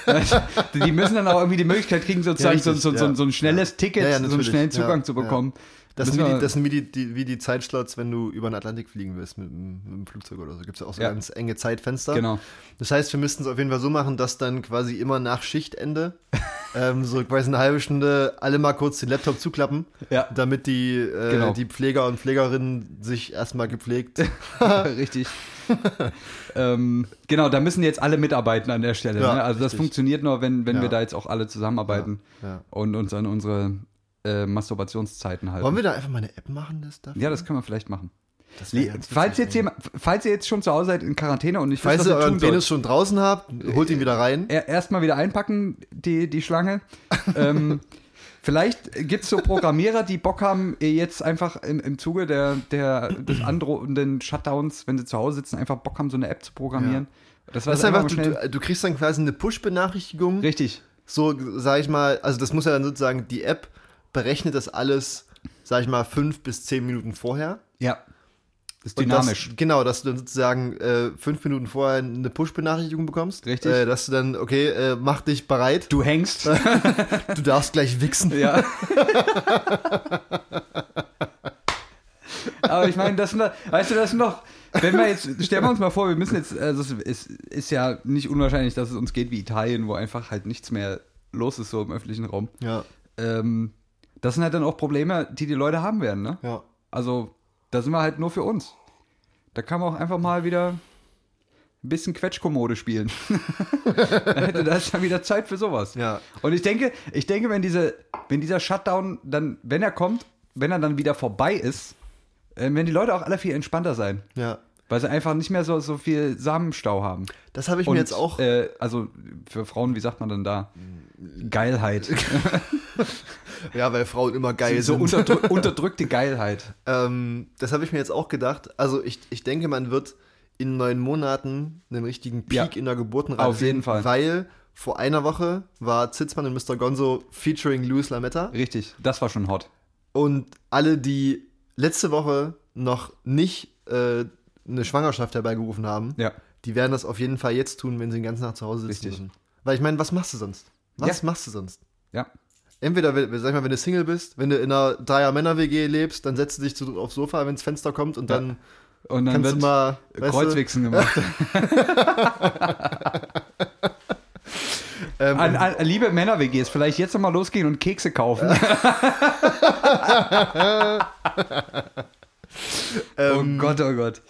A: die müssen dann auch irgendwie die Möglichkeit kriegen, sozusagen
B: Ja, richtig,
A: so, so, so,
B: ja.
A: so ein schnelles Ticket,
B: Ja, ja,
A: so einen
B: natürlich,
A: schnellen Zugang
B: ja,
A: zu
B: ja.
A: bekommen.
B: Das
A: Müssen
B: sind, wie
A: wir-
B: die, das sind wie, die, die, wie die Zeitslots, wenn du über den Atlantik fliegen willst mit, dem- mit dem Flugzeug oder so. Gibt es ja auch so
A: Ja.
B: ganz enge Zeitfenster.
A: Genau.
B: Das heißt, wir müssten es auf jeden Fall so machen, dass dann quasi immer nach Schichtende, ähm, so quasi eine halbe Stunde, alle mal kurz den Laptop zuklappen,
A: Ja.
B: damit die, äh,
A: Genau.
B: die Pfleger und Pflegerinnen sich erstmal gepflegt.
A: Richtig. ähm, genau, da müssen jetzt alle mitarbeiten an der Stelle.
B: Ja,
A: ne? Also das
B: richtig.
A: funktioniert nur, wenn, wenn
B: Ja.
A: wir da jetzt auch alle zusammenarbeiten
B: Ja.
A: und uns an unsere äh, Masturbationszeiten halten.
B: Wollen wir da einfach mal eine App machen, das dafür?
A: ja, das können wir vielleicht machen.
B: das wär
A: Le-
B: ganz
A: Falls
B: witzig
A: jetzt jemand, falls ihr jetzt schon zu Hause seid in Quarantäne und nicht
B: Falls
A: wisst,
B: ihr
A: was Äh, ihr
B: euren
A: tun sollt,
B: Penis schon draußen habt, holt ihn wieder rein.
A: er- erstmal wieder einpacken, die, die Schlange. ähm, vielleicht gibt es so Programmierer, die Bock haben, ihr jetzt einfach im, im Zuge der, der, des androhenden Shutdowns, wenn sie zu Hause sitzen, einfach Bock haben, so eine App zu programmieren. Das war
B: Das ist einfach, du,
A: schnell.
B: du, du kriegst dann quasi eine Push-Benachrichtigung.
A: Richtig.
B: So, sag ich mal, also das muss ja dann sozusagen, die App berechnet das alles, sag ich mal, fünf bis zehn Minuten vorher.
A: Ja. Ist
B: Und
A: dynamisch.
B: Das, genau, dass du dann sozusagen äh, fünf Minuten vorher eine Push-Benachrichtigung bekommst.
A: Richtig.
B: Äh, dass du dann, okay, äh, mach dich bereit,
A: du hängst.
B: du darfst gleich wichsen.
A: ja. Aber ich meine, das sind, doch- weißt du, das sind noch, wenn wir jetzt, stellen wir uns mal vor, wir müssen jetzt, also es ist, ist ja nicht unwahrscheinlich, dass es uns geht wie Italien, wo einfach halt nichts mehr los ist so im öffentlichen Raum.
B: Ja,
A: Ähm, das sind halt dann auch Probleme, die die Leute haben werden, ne?
B: ja.
A: Also, da sind wir halt nur für uns. Da kann man auch einfach mal wieder ein bisschen Quetschkommode spielen. da hätte das dann wieder Zeit für sowas.
B: Ja.
A: Und ich denke, ich denke, wenn diese, wenn dieser Shutdown dann, wenn er kommt, wenn er dann wieder vorbei ist, äh, werden die Leute auch alle viel entspannter sein.
B: Ja.
A: Weil sie einfach nicht mehr so, so viel Samenstau haben.
B: Das habe ich
A: Und,
B: mir jetzt auch.
A: Äh, also für Frauen, wie sagt man denn da? Geilheit.
B: ja, weil Frauen immer geil
A: so
B: sind.
A: unterdrück, unterdrückte Geilheit.
B: Ähm, das habe ich mir jetzt auch gedacht. Also ich, ich denke, man wird in neun Monaten einen richtigen Peak
A: Ja.
B: in der Geburtenrate
A: Auf jeden Fall.
B: Weil vor einer Woche war Zitzmann und Mr. Gonzo featuring Louis Lametta.
A: Richtig, das war schon hot.
B: Und alle, die letzte Woche noch nicht äh, eine Schwangerschaft herbeigerufen haben,
A: Ja.
B: die werden das auf jeden Fall jetzt tun, wenn sie den ganzen Tag zu Hause sitzen
A: Richtig.
B: müssen. Weil ich meine, was machst du sonst? Was
A: Ja.
B: machst du sonst?
A: Ja.
B: Entweder, wenn- sag ich mal, wenn du Single bist, wenn du in einer Dreier-Männer-WG lebst, dann setzt du dich zu, aufs Sofa, wenn das Fenster kommt und
A: Ja.
B: dann
A: Und dann
B: kannst
A: wird
B: du mal weißt
A: Kreuzwichsen gemacht.
B: Du, ähm,
A: An, an, Ah, liebe Männer-WGs, vielleicht jetzt nochmal losgehen und Kekse kaufen.
B: ähm,
A: oh Gott, oh Gott.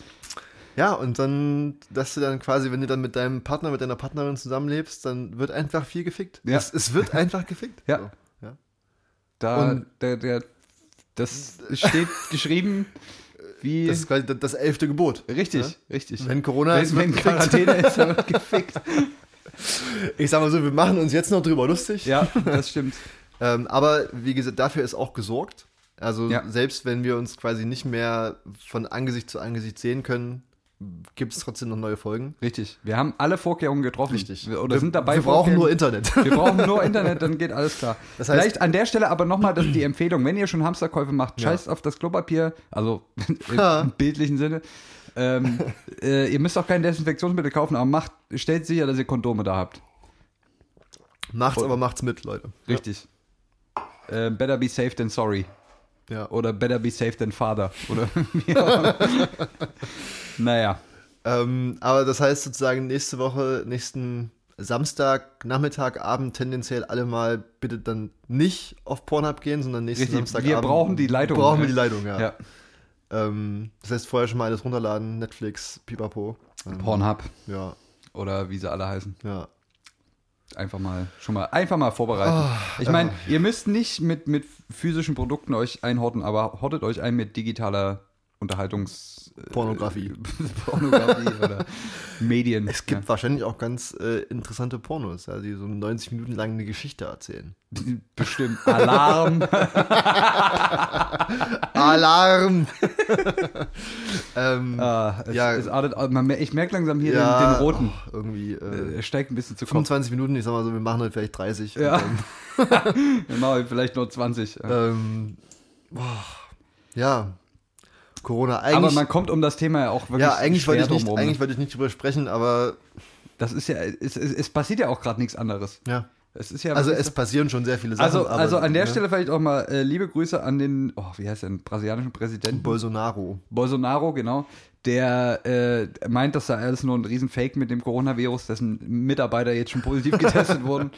B: Ja, und dann, dass du dann quasi, wenn du dann mit deinem Partner, mit deiner Partnerin zusammenlebst, dann wird einfach viel gefickt.
A: Ja.
B: Es, es wird einfach gefickt.
A: Ja.
B: So, ja.
A: Da,
B: Und-
A: der, der, das steht geschrieben wie.
B: Das ist quasi das, das elfte Gebot.
A: richtig, richtig.
B: Wenn Corona ist,
A: wenn,
B: wird
A: wenn
B: gefickt.
A: Quarantäne ist, dann wird gefickt.
B: Ich sag mal so, wir machen uns jetzt noch drüber lustig.
A: Ja, das stimmt.
B: Ähm, aber wie gesagt, dafür ist auch gesorgt. Also
A: Ja.
B: selbst wenn wir uns quasi nicht mehr von Angesicht zu Angesicht sehen können, gibt es trotzdem noch neue Folgen.
A: Richtig. Wir haben alle Vorkehrungen getroffen. Wir- Oder
B: wir,
A: sind dabei
B: Wir brauchen nur
A: Vorkehrungen-
B: Internet.
A: Wir brauchen nur Internet, dann geht alles klar.
B: Das heißt-
A: Vielleicht an der Stelle aber nochmal die Empfehlung, wenn ihr schon Hamsterkäufe macht, scheißt auf das Klopapier, also im bildlichen Sinne. Ähm, äh, ihr müsst auch kein Desinfektionsmittel kaufen, aber macht, stellt sicher, dass ihr Kondome da habt.
B: macht's, aber macht's mit, Leute.
A: Richtig. Ähm, better be safe than sorry.
B: Ja.
A: Oder better be safe than father. Oder wie auch immer. Naja,
B: Ähm, aber das heißt sozusagen nächste Woche, nächsten Samstag, Nachmittag, Abend tendenziell alle mal bitte dann nicht auf Pornhub gehen, sondern nächsten
A: Richtig,
B: Samstagabend.
A: wir brauchen die Leitung.
B: Brauchen wir die Leitung, ja.
A: ja.
B: Ähm, das heißt vorher schon mal alles runterladen, Netflix, Pipapo. Ähm,
A: Pornhub
B: Ja,
A: oder wie sie alle heißen.
B: ja.
A: Einfach mal, schon mal, einfach mal vorbereiten.
B: Ah,
A: ich meine,
B: oh.
A: ihr müsst nicht mit, mit physischen Produkten euch einhorten, aber hortet euch ein mit digitaler Unterhaltungs... äh,
B: Pornografie.
A: Pornografie oder Medien.
B: Es gibt wahrscheinlich auch ganz äh, interessante Pornos, ja, die so 90 Minuten lang eine Geschichte erzählen.
A: ja. bestimmt Alarm.
B: Alarm! ähm,
A: Ah, es,
B: Ja.
A: es adet, man, mer- ich merke langsam hier
B: ja,
A: den, den roten.
B: oh, irgendwie äh,
A: Er steigt ein bisschen zu Kopf.
B: 25 Minuten, ich sag mal so, wir machen halt vielleicht 30. und
A: Ja.
B: Dann,
A: Dann machen wir vielleicht nur 20.
B: ähm, boah, ja, Corona. Eigentlich,
A: Aber man kommt um das Thema ja auch wirklich
B: ja, eigentlich
A: schwer
B: wollte ich
A: drum
B: nicht,
A: rum, ne?
B: eigentlich wollte ich nicht drüber sprechen, aber
A: Das ist ja, es, es, es passiert ja auch gerade nichts anderes.
B: ja.
A: Es ist ja
B: Also es passieren schon sehr viele Sachen.
A: also,
B: aber,
A: also an der
B: ne,
A: Stelle vielleicht auch mal äh, liebe Grüße an den, oh, wie heißt der, den brasilianischen Präsidenten
B: Bolsonaro.
A: Bolsonaro, genau, der äh, meint, dass da alles nur ein Riesenfake mit dem Coronavirus, dessen Mitarbeiter jetzt schon positiv getestet wurden.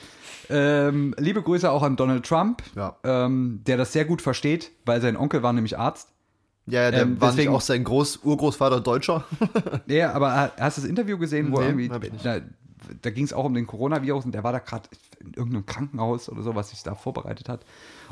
A: Ähm, liebe Grüße auch an Donald Trump,
B: Ja.
A: ähm, der das sehr gut versteht, weil sein Onkel war nämlich Arzt.
B: Ja, ja, der
A: Ähm,
B: war nicht
A: deswegen-
B: auch sein Groß Urgroßvater Deutscher.
A: Nee, aber ha- hast du das Interview gesehen, wo
B: Nee,
A: irgendwie,
B: hab ich nicht.
A: da, da ging es auch um den Coronavirus und der war da gerade in irgendeinem Krankenhaus oder so, was sich da vorbereitet hat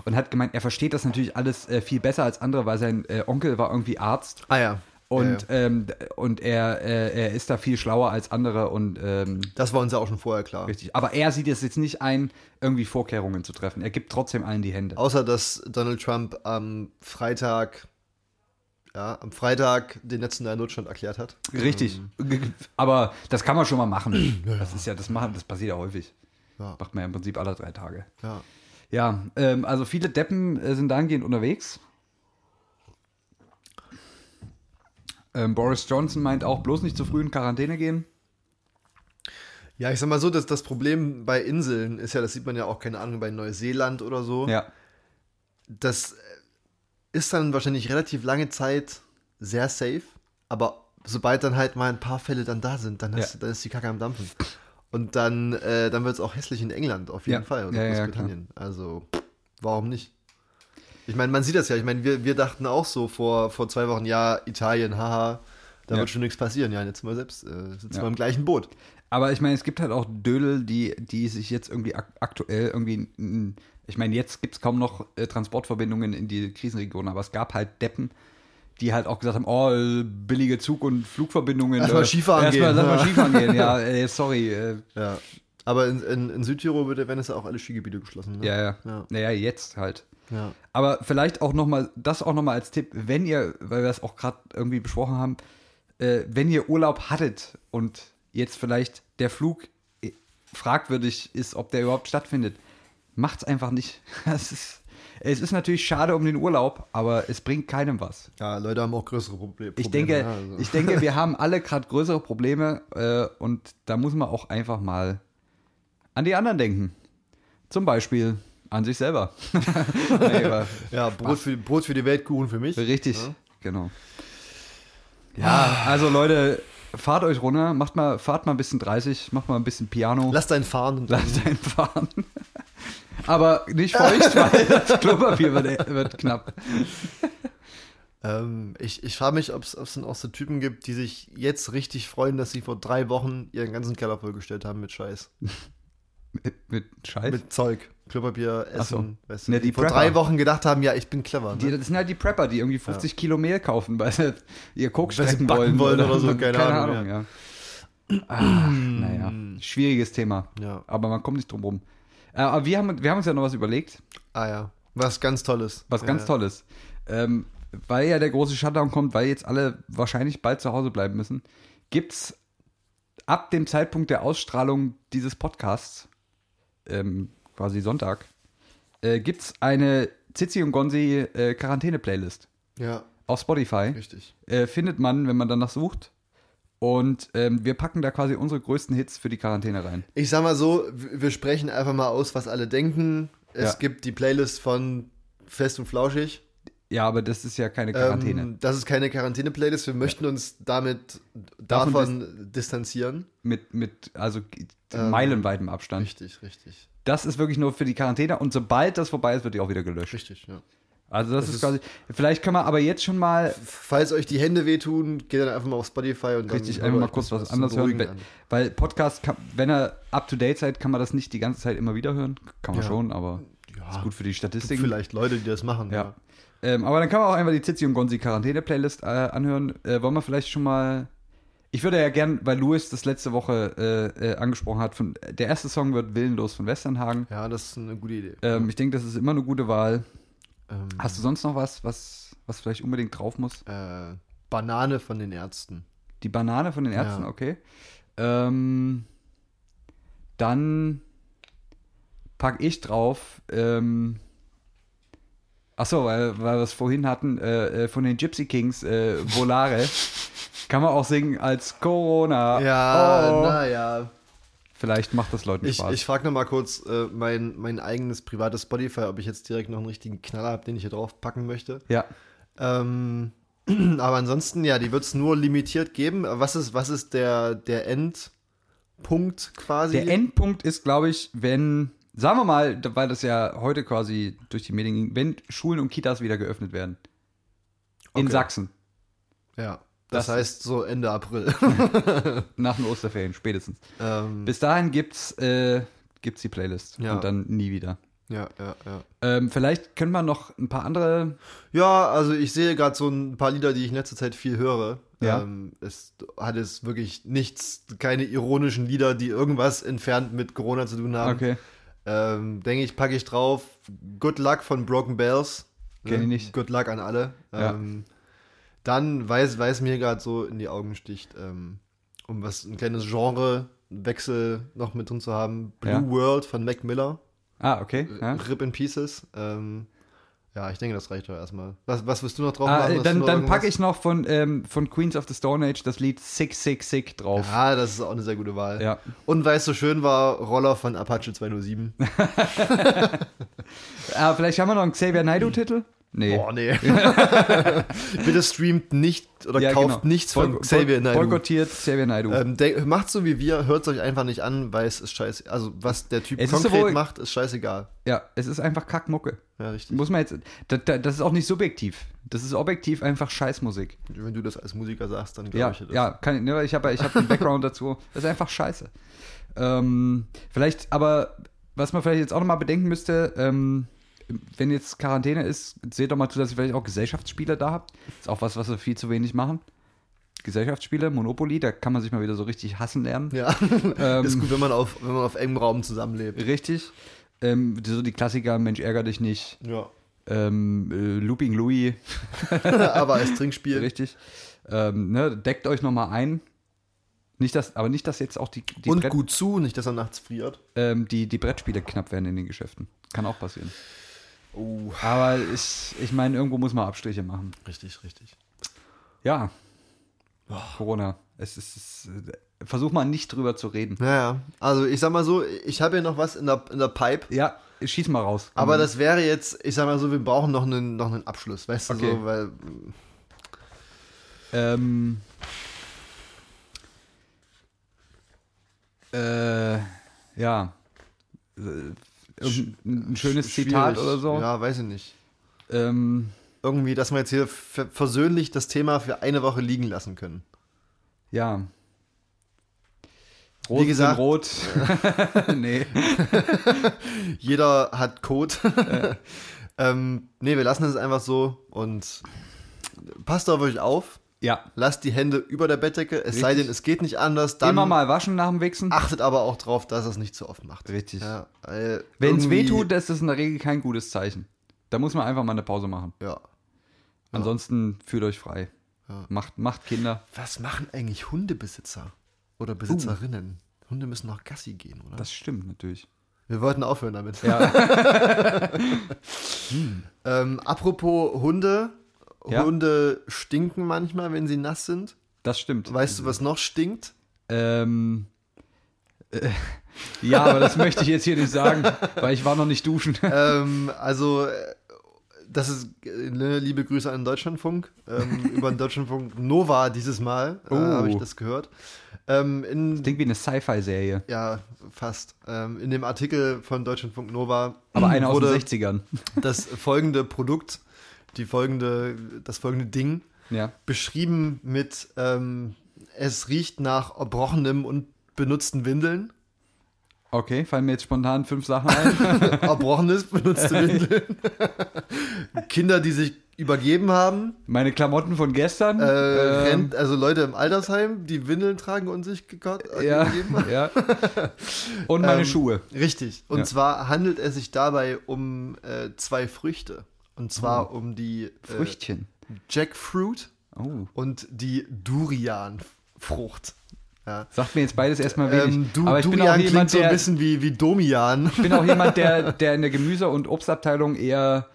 A: und hat gemeint, er versteht das natürlich alles äh, viel besser als andere, weil sein äh, Onkel war irgendwie Arzt
B: ah ja.
A: und,
B: ja, ja.
A: ähm, d- und er, äh, er ist da viel schlauer als andere und ähm,
B: das war uns ja auch schon vorher klar.
A: richtig. Aber er sieht es jetzt nicht ein, irgendwie Vorkehrungen zu treffen. Er gibt trotzdem allen die Hände.
B: Außer dass Donald Trump am Freitag, ja, am Freitag den letzten Teil Notstand erklärt hat.
A: Richtig.
B: Mhm.
A: Aber das kann man schon mal machen. Das ist ja, das machen, das passiert ja häufig.
B: Ja.
A: Macht man ja im Prinzip alle drei Tage.
B: Ja.
A: Ja, ähm, also viele Deppen äh, sind dahingehend unterwegs. Ähm, Boris Johnson meint auch bloß nicht zu früh in Quarantäne gehen.
B: Ja, ich sag mal so, dass das Problem bei Inseln ist ja, das sieht man ja auch, keine Ahnung, bei Neuseeland oder so.
A: Ja,
B: Das äh, ist dann wahrscheinlich relativ lange Zeit sehr safe, aber sobald dann halt mal ein paar Fälle dann da sind, dann, hast,
A: Ja.
B: du- dann ist die Kacke am Dampfen. Und dann, äh, dann wird es auch hässlich in England, auf jeden
A: Ja.
B: Fall. Oder
A: Ja, ja, klar.
B: Großbritannien. also, warum nicht? Ich meine, man sieht das ja. Ich meine, wir, wir dachten auch so vor, vor zwei Wochen, ja, Italien, haha, da
A: Ja.
B: wird schon nichts passieren. Ja, jetzt mal selbst, äh, sitzen
A: Ja.
B: wir im gleichen Boot.
A: aber ich meine, es gibt halt auch Dödel, die, die sich jetzt irgendwie ak aktuell irgendwie. n- Ich meine, jetzt gibt es kaum noch äh, Transportverbindungen in die Krisenregion, aber es gab halt Deppen, die halt auch gesagt haben: Oh, äh, billige Zug- und Flugverbindungen.
B: Lass mal
A: äh,
B: Skifahren
A: lass Mal,
B: gehen.
A: lass mal
B: Ja.
A: Skifahren gehen, ja, äh, sorry. Äh,
B: Ja. Aber in, in, in Südtirol wird ja, wenn es ja auch alle Skigebiete geschlossen. Ne?
A: ja, ja.
B: Ja.
A: Naja, jetzt halt.
B: ja.
A: Aber vielleicht auch noch mal, das auch nochmal als Tipp, wenn ihr, weil wir das auch gerade irgendwie besprochen haben, äh, wenn ihr Urlaub hattet und jetzt vielleicht der Flug äh, fragwürdig ist, ob der überhaupt stattfindet, macht's einfach nicht. Das ist, es ist natürlich schade um den Urlaub, aber es bringt keinem was.
B: Ja, Leute haben auch größere Proble- Probleme.
A: Ich denke,
B: ja, also.
A: ich denke, wir haben alle gerade größere Probleme äh, und da muss man auch einfach mal an die anderen denken. Zum Beispiel an sich selber. nee, aber-
B: ja Brot, für, Brot für die Welt, Kuchen für mich.
A: Richtig,
B: Ja.
A: genau. Ja, also Leute, fahrt euch runter, macht mal, fahrt mal ein bisschen 30, macht mal ein bisschen Piano,
B: Lass deinen fahren und dann,
A: lasst einfahren. Aber nicht feucht, weil das Klopapier wird, wird knapp.
B: ähm, ich, ich frage mich, ob es dann auch so Typen gibt, die sich jetzt richtig freuen, dass sie vor drei Wochen ihren ganzen Keller vollgestellt haben mit Scheiß.
A: Mit, mit Scheiß.
B: Mit Zeug. Klopapier,
A: so.
B: Essen. Weißt du,
A: Ne,
B: die
A: die
B: vor
A: Prepper.
B: drei Wochen gedacht haben, ja, ich bin clever. Ne?
A: die, das sind halt die Prepper, die irgendwie 50 Kilo Mehl kaufen, weil sie ihr Coke
B: Weil sie
A: strecken
B: backen
A: wollen.
B: wollen oder so, keine Ahnung,
A: ja. Ah, naja, schwieriges Thema.
B: Ja.
A: Aber man kommt nicht drum rum. Äh, Aber wir haben, wir haben uns ja noch was überlegt.
B: Ah ja. Was ganz Tolles.
A: Was ganz
B: ja.
A: Tolles. Ähm, weil ja der große Shutdown kommt, weil jetzt alle wahrscheinlich bald zu Hause bleiben müssen, gibt es ab dem Zeitpunkt der Ausstrahlung dieses Podcasts, ähm, quasi Sonntag, äh, gibt es eine Zizi und Gonzi äh, Quarantäne-Playlist
B: Ja,
A: auf Spotify.
B: richtig.
A: Äh, findet man, wenn man danach sucht. Und ähm, wir packen da quasi unsere größten Hits für die Quarantäne rein.
B: Ich sag mal so, w- wir sprechen einfach mal aus, was alle denken. Es
A: Ja.
B: gibt die Playlist von Fest und Flauschig.
A: Ja, aber das ist ja keine Quarantäne.
B: Ähm, das ist keine Quarantäne-Playlist. Wir möchten uns damit
A: Davon
B: davon distanzieren.
A: mit, mit, also
B: Ähm,
A: meilenweitem Abstand.
B: Richtig, richtig.
A: Das ist wirklich nur für die Quarantäne und sobald das vorbei ist, wird die auch wieder gelöscht.
B: Richtig, ja.
A: Also das, ist,
B: Das ist-
A: quasi, vielleicht können wir aber jetzt schon mal
B: Falls euch die Hände wehtun, geht dann einfach mal auf Spotify und
A: richtig
B: dann
A: einfach mal kurz was anderes hören, weil, weil Podcast, kann, wenn er up to date seid, kann man das nicht die ganze Zeit immer wieder hören. Kann man
B: Ja.
A: schon, aber
B: Ja.
A: ist gut für die Statistiken.
B: Vielleicht Leute, die das machen.
A: Ja. Ähm, aber dann kann man auch einfach die Zizi und Gonzi Quarantäne-Playlist äh, anhören. Äh, wollen wir vielleicht schon mal. Ich würde ja gern, weil Louis das letzte Woche äh, äh, angesprochen hat, von, der erste Song wird Willenlos von Westernhagen.
B: Ja, das ist eine gute Idee.
A: Ähm, ich denke, das ist immer eine gute Wahl.
B: Ähm,
A: Hast du sonst noch was, was, was vielleicht unbedingt drauf muss?
B: äh, Banane von den Ärzten.
A: Die Banane von den Ärzten,
B: Ja.
A: okay. Ähm, dann pack ich drauf. Ähm, Achso, weil, weil wir es vorhin hatten, äh, äh, von den Gypsy Kings, äh, Volare. Kann man auch singen als Corona.
B: Ja,
A: Oh.
B: naja.
A: Vielleicht macht das Leuten
B: Ich,
A: Spaß.
B: ich frage nochmal kurz äh, mein, mein eigenes privates Spotify, ob ich jetzt direkt noch einen richtigen Knaller habe, den ich hier drauf packen möchte.
A: ja.
B: Ähm, aber ansonsten, ja, die wird es nur limitiert geben. Was ist, was ist der, der Endpunkt quasi?
A: Der Endpunkt ist, glaube ich, wenn, sagen wir mal, weil das ja heute quasi durch die Medien ging, wenn Schulen und Kitas wieder geöffnet werden. In
B: Okay.
A: Sachsen.
B: ja, das,
A: das
B: heißt so Ende April.
A: Nach den Osterferien, spätestens.
B: ähm,
A: Bis dahin gibt's, äh, gibt's die Playlist.
B: Ja.
A: Und dann nie wieder.
B: ja, ja, ja.
A: Ähm, vielleicht können wir noch ein paar andere.
B: Ja, also ich sehe gerade so ein paar Lieder, die ich in letzter Zeit viel höre.
A: Ja.
B: Ähm, es hat es wirklich nichts, keine ironischen Lieder, die irgendwas entfernt mit Corona zu tun haben.
A: Okay.
B: Ähm, Denke ich, packe ich drauf. Good Luck von Broken Bells. Ne?
A: Kenn ich nicht.
B: Good Luck an alle.
A: Ja.
B: Ähm, dann, weil es- weil es mir gerade so in die Augen sticht, ähm, um was ein kleines Genrewechsel noch mit drin zu haben. Blue
A: Ja.
B: World von Mac Miller.
A: Ah,
B: äh,
A: okay. Ja.
B: Rip in Pieces. Ähm, ja, ich denke, das reicht doch erstmal. Was, was wirst du noch drauf
A: Ah,
B: machen?
A: äh,
B: Hast du
A: dann
B: noch
A: dann packe
B: irgendwas?
A: ich noch von, ähm, von Queens of the Stone Age das Lied Sick, Sick, Sick drauf.
B: Ja, das ist auch eine sehr gute Wahl.
A: Ja.
B: Und weil es so schön war, Roller von Apache 207.
A: Ah, vielleicht haben wir noch einen Xavier Naidoo-Titel? Nee.
B: Boah, nee. Bitte streamt nicht oder
A: Ja,
B: kauft
A: genau.
B: nichts von
A: Boyko-
B: Xavier
A: boy-
B: Naidoo.
A: Boykottiert Xavier Naidoo.
B: Ähm, de- macht so wie wir, hört es euch einfach nicht an, weil es ist scheiße. Also, was der Typ
A: Es ist
B: konkret
A: sowohl-
B: macht, ist scheißegal.
A: ja, es ist einfach Kackmucke.
B: Ja, richtig.
A: Muss man jetzt. Da, da, das ist auch nicht subjektiv. Das ist objektiv einfach Scheißmusik.
B: Wenn du das als Musiker sagst, dann glaube
A: Ja,
B: ich dir das.
A: ja, kann ich, ne, ich habe ich hab einen Background dazu. Das ist einfach scheiße. Ähm, vielleicht, aber was man vielleicht jetzt auch nochmal bedenken müsste, ähm, wenn jetzt Quarantäne ist, seht doch mal zu, dass ihr vielleicht auch Gesellschaftsspiele da habt. Ist auch was, was wir viel zu wenig machen. Gesellschaftsspiele, Monopoly, da kann man sich mal wieder so richtig hassen lernen.
B: Ja.
A: Ähm,
B: ist gut, wenn man auf, wenn man auf engem Raum zusammenlebt.
A: Richtig. Ähm, so die Klassiker, Mensch, ärger dich nicht.
B: Ja.
A: Ähm, äh, Looping Louis,
B: Aber als Trinkspiel.
A: richtig. Ähm, ne, deckt euch nochmal ein. Nicht das, aber nicht, dass jetzt auch die, die,
B: und
A: Brett,
B: gut zu, nicht, dass er nachts friert.
A: ähm, die, die Brettspiele knapp werden in den Geschäften. Kann auch passieren.
B: Oh,
A: Aber ich, ich meine, irgendwo muss man Abstriche machen.
B: richtig, richtig.
A: Ja. Corona. Es ist, es ist, äh, versuch mal nicht drüber zu reden.
B: Naja, also ich sag mal so, ich habe hier noch was in der, in der Pipe,
A: Ja, schieß mal raus.
B: aber das wäre jetzt, ich sag mal so, wir brauchen noch einen, noch einen Abschluss, weißt
A: Okay.
B: du, so, weil
A: Ähm. Äh, ja. Äh, Irgendein ein schönes
B: schwierig.
A: Zitat oder so.
B: Ja, weiß ich nicht.
A: Ähm,
B: Irgendwie, dass wir jetzt hier ver versöhnlich das Thema für eine Woche liegen lassen können.
A: ja. Rosen
B: gesagt-
A: sind rot. nee.
B: Jeder hat Code. ähm, nee, wir lassen es einfach so und passt auf euch auf.
A: Ja.
B: Lasst die Hände über der Bettdecke, es sei
A: Richtig.
B: denn, es geht nicht anders. Dann
A: Immer mal waschen nach dem Wichsen.
B: Achtet aber auch drauf, dass er es nicht zu oft macht.
A: Richtig.
B: Ja, weil
A: Wenn es
B: irgendwie-
A: wehtut, ist das in der Regel kein gutes Zeichen. Da muss man einfach mal eine Pause machen.
B: Ja.
A: Ansonsten fühlt euch frei.
B: Ja.
A: Macht, macht Kinder.
B: Was machen eigentlich Hundebesitzer oder Besitzerinnen? Hunde müssen nach Gassi gehen, oder?
A: Uh. Das stimmt natürlich.
B: Wir wollten aufhören damit.
A: Ja,
B: Ähm, apropos Hunde.
A: Ja.
B: Hunde stinken manchmal, wenn sie nass sind.
A: das stimmt.
B: Weißt du, was noch stinkt?
A: Ähm, äh, ja, aber das möchte ich jetzt hier nicht sagen, weil ich war noch nicht duschen.
B: ähm, also, äh, das ist, äh, ne, liebe Grüße an den Deutschlandfunk. Ähm, über den Deutschlandfunk Nova dieses Mal äh,
A: Oh.
B: habe ich das gehört. Ähm, in
A: Klingt wie eine Sci-Fi-Serie,
B: Ja, fast. Ähm, in dem Artikel von Deutschlandfunk Nova
A: aber eine aus
B: wurde
A: den 60ern.
B: das folgende Produkt, die folgende, das folgende Ding
A: Ja.
B: beschrieben mit ähm, es riecht nach erbrochenem und benutzten Windeln.
A: Okay, fallen mir jetzt spontan
B: Äh,
A: fünf Sachen ein.
B: Erbrochenes benutzte Windeln. Kinder, die sich übergeben haben.
A: Meine Klamotten von gestern.
B: Äh,
A: ähm,
B: Rent, also Leute im Altersheim, die Windeln tragen und sich gekauft, äh,
A: ja,
B: gegeben haben.
A: ja. Und meine
B: Ähm,
A: Schuhe.
B: Richtig. Und zwar handelt es sich dabei um äh, zwei Früchte. Und
A: Oh.
B: zwar um die äh,
A: Früchtchen.
B: Jackfruit
A: Oh.
B: und die Durianfrucht. Ja.
A: Sagt mir jetzt beides erstmal wenig.
B: Ähm, du,
A: aber ich bin auch
B: Durian klingt
A: jemand,
B: so ein
A: der,
B: bisschen wie, wie Domian.
A: ich bin auch jemand der, der in der Gemüse- und Obstabteilung eher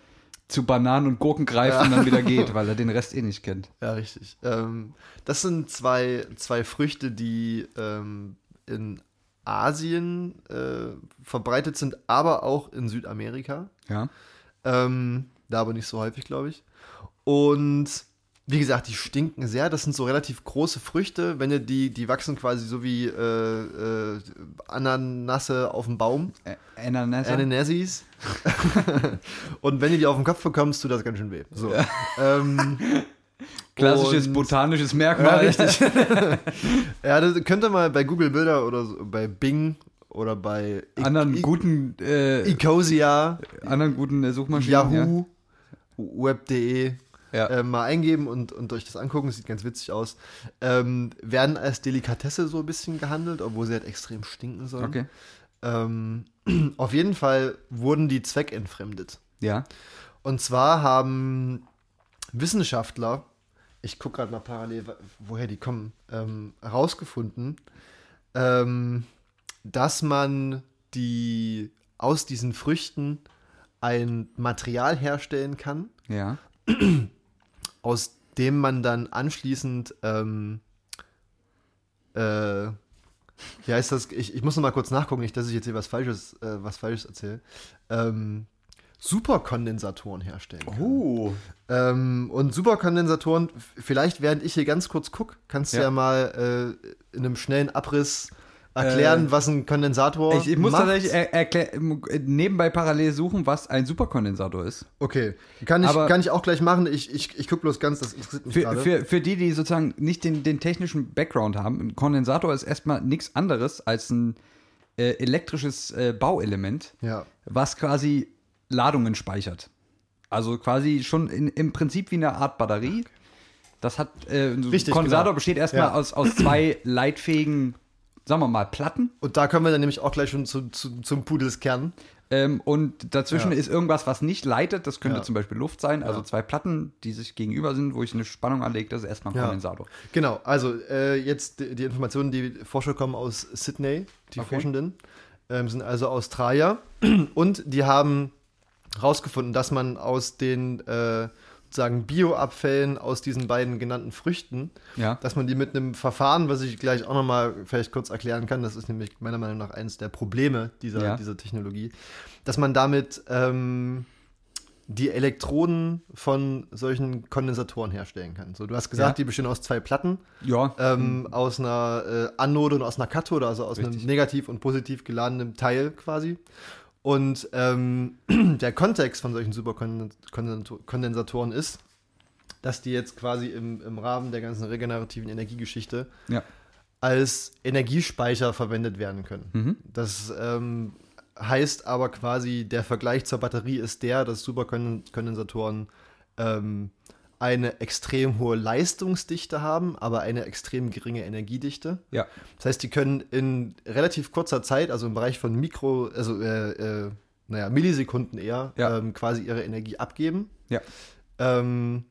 A: zu Bananen und Gurken greift und dann wieder geht, weil er den Rest eh nicht kennt.
B: Ja, richtig. Ähm, das sind zwei, zwei Früchte, die ähm, in Asien äh, verbreitet sind, aber auch in Südamerika.
A: Ja.
B: Ähm, da aber nicht so häufig, glaube ich. Und wie gesagt, die stinken sehr. Das sind so relativ große Früchte. Wenn ihr die, die wachsen quasi so wie äh, äh, Ananasse auf dem Baum.
A: Ä- Ananas.
B: Ananasis. und wenn ihr die auf den Kopf bekommst, tut das ganz schön weh. So. ähm,
A: Klassisches
B: und-
A: botanisches Merkmal.
B: Ja, das könnt ihr mal bei Google Bilder oder so, bei Bing oder bei I-
A: anderen
B: I-
A: guten, äh,
B: Icosia,
A: anderen guten äh, Suchmaschinen.
B: Yahoo, Web.de
A: Ja. Ja.
B: äh, mal eingeben und, und euch das angucken. Sieht ganz witzig aus. Ähm, werden als Delikatesse so ein bisschen gehandelt, obwohl sie halt extrem stinken sollen.
A: Okay.
B: Ähm, auf jeden Fall wurden die zweckentfremdet.
A: Ja.
B: Und zwar haben Wissenschaftler, ich gucke gerade mal parallel, wa- woher die kommen, ähm, herausgefunden, ähm, dass man die aus diesen Früchten ein Material herstellen kann,
A: Ja.
B: aus dem man dann anschließend, ähm, äh, wie heißt das? Ich, ich muss noch mal kurz nachgucken, nicht, dass ich jetzt hier was Falsches, äh, was Falsches erzähle. Ähm, Superkondensatoren herstellen. kann.
A: Oh.
B: Ähm, und Superkondensatoren, f- vielleicht während ich hier ganz kurz gucke, kannst du
A: Ja.
B: ja mal äh, in einem schnellen Abriss erklären,
A: Äh,
B: was ein Kondensator
A: Ich, ich muss
B: macht.
A: tatsächlich äh, er, erklär, nebenbei parallel suchen, was ein Superkondensator ist.
B: Okay, kann ich,
A: Aber-
B: kann ich auch gleich machen. Ich, ich, ich gucke bloß ganz, das interessiert mich
A: Für,
B: gerade.
A: für, für die, die sozusagen nicht den, den technischen Background haben, ein Kondensator ist erstmal nichts anderes als ein äh, elektrisches äh, Bauelement,
B: Ja,
A: was quasi Ladungen speichert. Also quasi schon in, im Prinzip wie eine Art Batterie. Das hat äh, so ein
B: Richtig,
A: Kondensator
B: genau.
A: besteht erstmal
B: Ja.
A: aus, aus zwei leitfähigen, sagen wir mal, Platten.
B: und da kommen wir dann nämlich auch gleich schon zu, zu, zum Pudelskern.
A: Ähm, und dazwischen
B: Ja.
A: ist irgendwas, was nicht leitet. Das könnte
B: Ja.
A: zum Beispiel Luft sein. Also
B: Ja.
A: zwei Platten, die sich gegenüber sind, wo ich eine Spannung anlege. Das ist erstmal ein
B: Ja.
A: Kondensator.
B: Genau, also äh, jetzt die, die Informationen, die Forscher kommen aus Sydney, die
A: Okay.
B: Forschenden, ähm, sind also Australier und die haben herausgefunden, dass man aus den äh, sozusagen Bioabfällen aus diesen beiden genannten Früchten,
A: Ja.
B: dass man die mit einem Verfahren, was ich gleich auch nochmal vielleicht kurz erklären kann, das ist nämlich meiner Meinung nach eines der Probleme dieser,
A: Ja.
B: dieser Technologie, dass man damit ähm, die Elektroden von solchen Kondensatoren herstellen kann. So, du hast gesagt,
A: Ja.
B: die bestehen aus zwei Platten,
A: Ja.
B: ähm, aus einer äh, Anode und aus einer Kathode, also aus
A: Richtig.
B: einem negativ und positiv geladenen Teil quasi. Und ähm, der Kontext von solchen Superkondensatoren ist, dass die jetzt quasi im, im Rahmen der ganzen regenerativen Energiegeschichte
A: ja.
B: als Energiespeicher verwendet werden können.
A: Mhm.
B: Das ähm, heißt aber quasi, der Vergleich zur Batterie ist der, dass Superkondensatoren ähm, eine extrem hohe Leistungsdichte haben, aber eine extrem geringe Energiedichte.
A: Ja.
B: Das heißt, die können in relativ kurzer Zeit, also im Bereich von Mikro, also äh, äh, naja, Millisekunden eher,
A: Ja.
B: ähm, quasi ihre Energie abgeben.
A: Ja.
B: Ähm,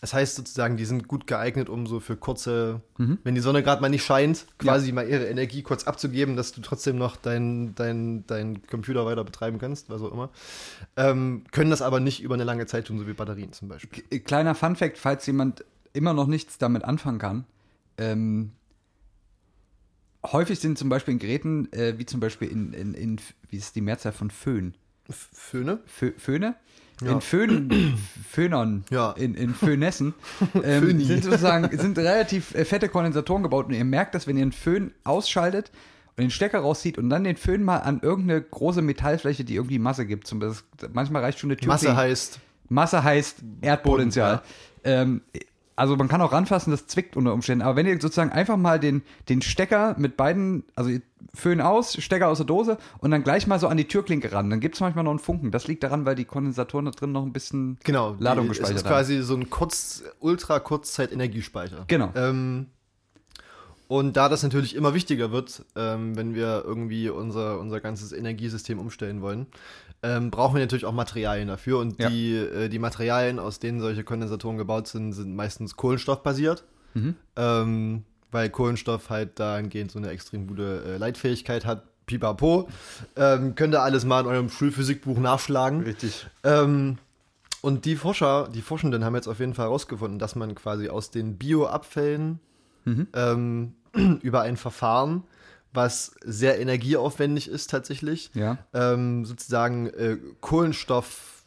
B: das heißt sozusagen, die sind gut geeignet, um so für kurze,
A: Mhm.
B: wenn die Sonne gerade mal nicht scheint, quasi mal ihre Energie kurz abzugeben, dass du trotzdem noch deinen dein, dein Computer weiter betreiben kannst, was auch immer. Ähm, können das aber nicht über eine lange Zeit tun, so wie Batterien zum Beispiel.
A: K- Kleiner Funfact, falls jemand immer noch nichts damit anfangen kann. Ähm, häufig sind zum Beispiel in Geräten, äh, wie zum Beispiel in, in, in, wie ist die Mehrzahl von Föhn?
B: F- Föhne?
A: Fö Föhne?
B: Ja.
A: In Föhn, Föhnern,
B: Ja.
A: in, in Föhnessen, ähm,
B: Föhni.
A: sind sozusagen sind relativ äh, fette Kondensatoren gebaut und ihr merkt das, wenn ihr einen Föhn ausschaltet und den Stecker rauszieht und dann den Föhn mal an irgendeine große Metallfläche, die irgendwie Masse gibt, zum Beispiel, manchmal reicht schon eine Tür
B: Masse heißt.
A: Masse heißt Erdpotenzial. Ähm, also man kann auch ranfassen, das zwickt unter Umständen. Aber wenn ihr sozusagen einfach mal den, den Stecker mit beiden, also ihr Föhn aus, Stecker aus der Dose und dann gleich mal so an die Türklinke ran, dann gibt es manchmal noch einen Funken. Das liegt daran, weil die Kondensatoren da drin noch ein bisschen
B: Genau. die-
A: Ladung
B: Es
A: gespeichert
B: ist
A: haben.
B: quasi so ein kurz, ultra kurzzeit Energiespeicher.
A: Genau.
B: Ähm, und da das natürlich immer wichtiger wird, ähm, wenn wir irgendwie unser, unser ganzes Energiesystem umstellen wollen, ähm, brauchen wir natürlich auch Materialien dafür. Und
A: Ja.
B: die, äh, die Materialien, aus denen solche Kondensatoren gebaut sind, sind meistens kohlenstoffbasiert.
A: Mhm.
B: Ähm, weil Kohlenstoff halt dahingehend so eine extrem gute äh, Leitfähigkeit hat. Pipapo. Ähm, könnt ihr alles mal in eurem Schulphysikbuch nachschlagen.
A: Richtig.
B: Ähm, und die Forscher, die Forschenden haben jetzt auf jeden Fall herausgefunden, dass man quasi aus den Bioabfällen ähm, über ein Verfahren, was sehr energieaufwendig ist tatsächlich,
A: Ja.
B: ähm, sozusagen äh, Kohlenstoff,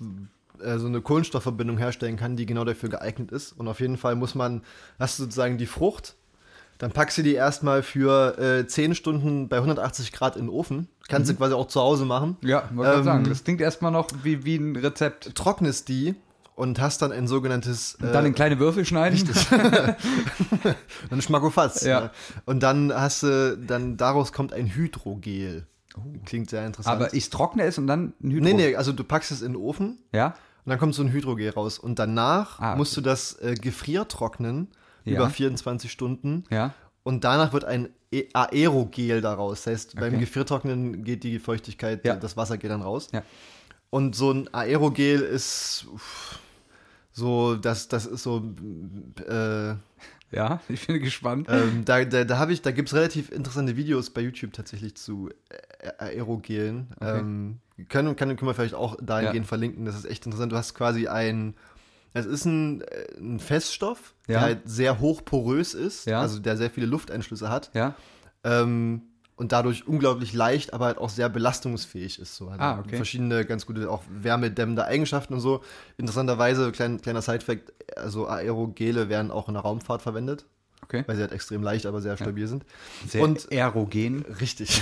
B: äh, so eine Kohlenstoffverbindung herstellen kann, die genau dafür geeignet ist. Und auf jeden Fall muss man, hast du sozusagen die Frucht, dann packst du die erstmal für äh, 10 Stunden bei 180 Grad in den Ofen. Kannst du quasi auch zu Hause machen
A: Ja, wollte ähm,
B: Ähm,
A: sagen, das klingt erstmal noch wie, wie ein Rezept.
B: trocknest die und hast dann ein sogenanntes äh,
A: Dann in kleine Würfel schneiden.
B: ein Schmackofatz.
A: Ja.
B: Ne? Und dann hast du, dann daraus kommt ein Hydrogel. Klingt sehr interessant.
A: Oh. Aber ich trockne es und dann ein Hydro.
B: nee, nee, also du packst es in den Ofen
A: Ja?
B: und dann kommt so ein Hydrogel raus. Und danach
A: Ah, okay.
B: musst du das äh, gefriertrocknen
A: Ja.
B: über 24 Stunden.
A: Ja.
B: Und danach wird ein E- Aerogel daraus. Das heißt, beim
A: Okay.
B: Gefriertrocknen geht die Feuchtigkeit,
A: Ja.
B: das Wasser geht dann raus.
A: Ja.
B: Und so ein Aerogel ist uff, so, das, das ist so, äh,
A: Ja, ich bin gespannt.
B: ähm, da, da, da habe ich, da gibt es relativ interessante Videos bei YouTube tatsächlich zu Ä- Aerogelen.
A: Okay.
B: Ähm, können, können, können wir vielleicht auch dahingehend verlinken, das ist echt interessant. Du hast quasi ein, es ist ein, äh, ein Feststoff,
A: Ja.
B: der halt sehr hochporös ist,
A: Ja.
B: also der sehr viele Lufteinschlüsse hat
A: Ja.
B: ähm, und dadurch unglaublich leicht, aber halt auch sehr belastungsfähig ist. So. Hat
A: Ah, okay.
B: Verschiedene ganz gute, auch wärmedämmende Eigenschaften und so. Interessanterweise, klein, kleiner Sidefact, also Aerogele werden auch in der Raumfahrt verwendet,
A: Okay.
B: weil sie halt extrem leicht, aber sehr stabil sind.
A: Sehr
B: und-
A: aerogen.
B: Richtig.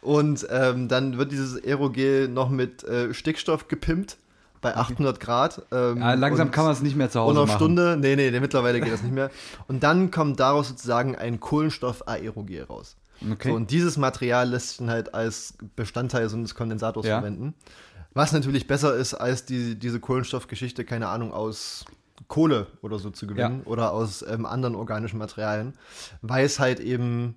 B: und ähm, dann wird dieses Aerogel noch mit äh, Stickstoff gepimpt bei 800 Grad. Ähm,
A: Ja, Äh, langsam
B: und-
A: kann man es nicht mehr zu Hause
B: und auf
A: machen.
B: Stunde, nee, nee, nee, mittlerweile geht das nicht mehr. Und dann kommt daraus sozusagen ein Kohlenstoff-Aerogel raus.
A: Okay.
B: So, und dieses Material lässt sich dann halt als Bestandteil so eines Kondensators
A: Ja.
B: verwenden. Was natürlich besser ist, als die, diese Kohlenstoffgeschichte, keine Ahnung, aus Kohle oder so zu gewinnen oder aus ähm, anderen organischen Materialien, weil es halt eben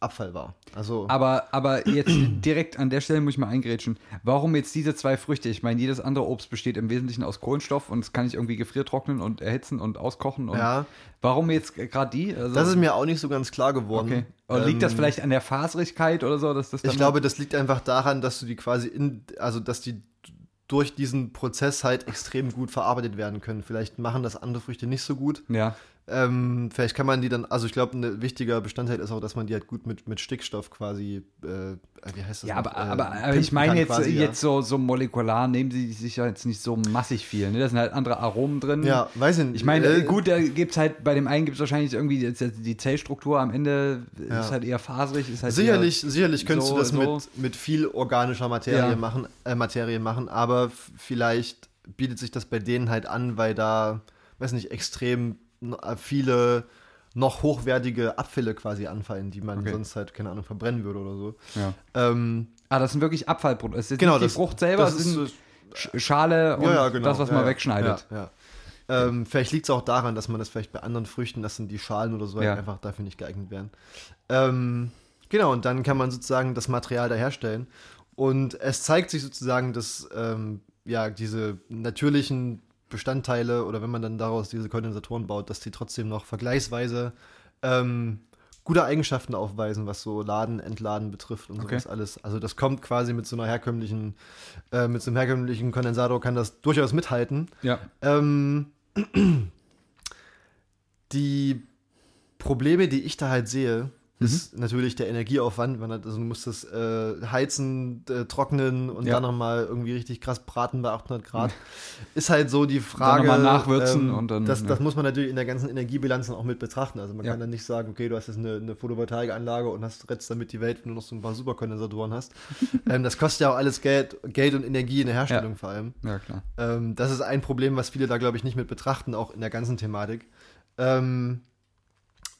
B: Abfall war. Also,
A: Aber, aber jetzt direkt an der Stelle muss ich mal eingrätschen. Warum jetzt diese zwei Früchte? Ich meine, jedes andere Obst besteht im Wesentlichen aus Kohlenstoff und das kann ich irgendwie gefriertrocknen und erhitzen und auskochen. Und
B: ja,
A: Warum jetzt gerade die? Also,
B: das ist mir auch nicht so ganz klar geworden.
A: okay. Oder liegt das
B: Ähm,
A: vielleicht an der Faserigkeit oder so? Dass das dann
B: Ich glaube, das liegt einfach daran, dass du die quasi in, also dass die durch diesen Prozess halt extrem gut verarbeitet werden können. Vielleicht machen das andere Früchte nicht so gut.
A: Ja.
B: Ähm, vielleicht kann man die dann, also ich glaube, ein wichtiger Bestandteil ist auch, dass man die halt gut mit, mit Stickstoff quasi, äh, wie heißt das?
A: Ja,
B: noch?
A: aber,
B: Äh,
A: aber, aber
B: pimpen
A: ich meine
B: kann
A: jetzt, äh,
B: quasi, ja.
A: jetzt so, so molekular nehmen sie sich ja jetzt nicht so massig viel. Ne? Da sind halt andere Aromen drin.
B: Ja, weiß ich nicht.
A: Ich meine,
B: Äh,
A: gut, da gibt's halt, bei dem einen gibt es wahrscheinlich irgendwie jetzt die Zellstruktur am Ende
B: Ja.
A: ist halt eher faserig, ist halt
B: Sicherlich, sicherlich könntest
A: so,
B: du das
A: so.
B: mit, mit viel organischer Materie,
A: Ja.
B: machen, äh, Materie machen, aber f- vielleicht bietet sich das bei denen halt an, weil da, weiß nicht, extrem n- äh, viele noch hochwertige Abfälle quasi anfallen, die man
A: Okay.
B: sonst halt, keine Ahnung, verbrennen würde oder so.
A: Eher, ja.
B: Ähm,
A: Ah, das sind wirklich Abfallprodukte. Es ist
B: Genau,
A: nicht
B: das-
A: die Frucht selber,
B: das
A: es
B: ist
A: sind
B: so-
A: Sch- Schale und
B: ja, ja, genau.
A: das, was
B: ja,
A: man
B: ja.
A: wegschneidet.
B: Ja, ja. Ähm, vielleicht liegt es auch daran, dass man das vielleicht bei anderen Früchten, das sind die Schalen oder so, halt
A: Ja.
B: einfach dafür nicht geeignet wären. Ähm, genau, und dann kann man sozusagen das Material da herstellen. Und es zeigt sich sozusagen, dass ähm, ja, diese natürlichen Bestandteile oder wenn man dann daraus diese Kondensatoren baut, dass die trotzdem noch vergleichsweise ähm, gute Eigenschaften aufweisen, was so Laden, Entladen betrifft und
A: Okay.
B: sowas alles. Also das kommt quasi mit so einer herkömmlichen, äh, mit so einem herkömmlichen Kondensator kann das durchaus mithalten.
A: Ja.
B: Ähm, die Probleme, die ich da halt sehe,
A: Mhm.
B: ist natürlich der Energieaufwand. Man hat, also du musst das äh, heizen, äh, trocknen und
A: Ja. Mhm.
B: dann nochmal irgendwie richtig krass braten bei 800 Grad. Ist halt so die
A: noch
B: Frage. ähm,
A: mal nachwürzen und dann,
B: Das,
A: ja.
B: das muss man natürlich in der ganzen Energiebilanz auch mit betrachten. Also man
A: Ja.
B: kann dann nicht sagen, okay, du hast jetzt eine, eine Photovoltaikanlage und hast rettet damit die Welt, wenn du noch so ein paar Superkondensatoren hast. ähm, das kostet ja auch alles Geld, Geld und Energie in der Herstellung vor allem.
A: Ja, klar.
B: Ähm, das ist ein Problem, was viele da, glaube ich, nicht mit betrachten, auch in der ganzen Thematik. Ähm,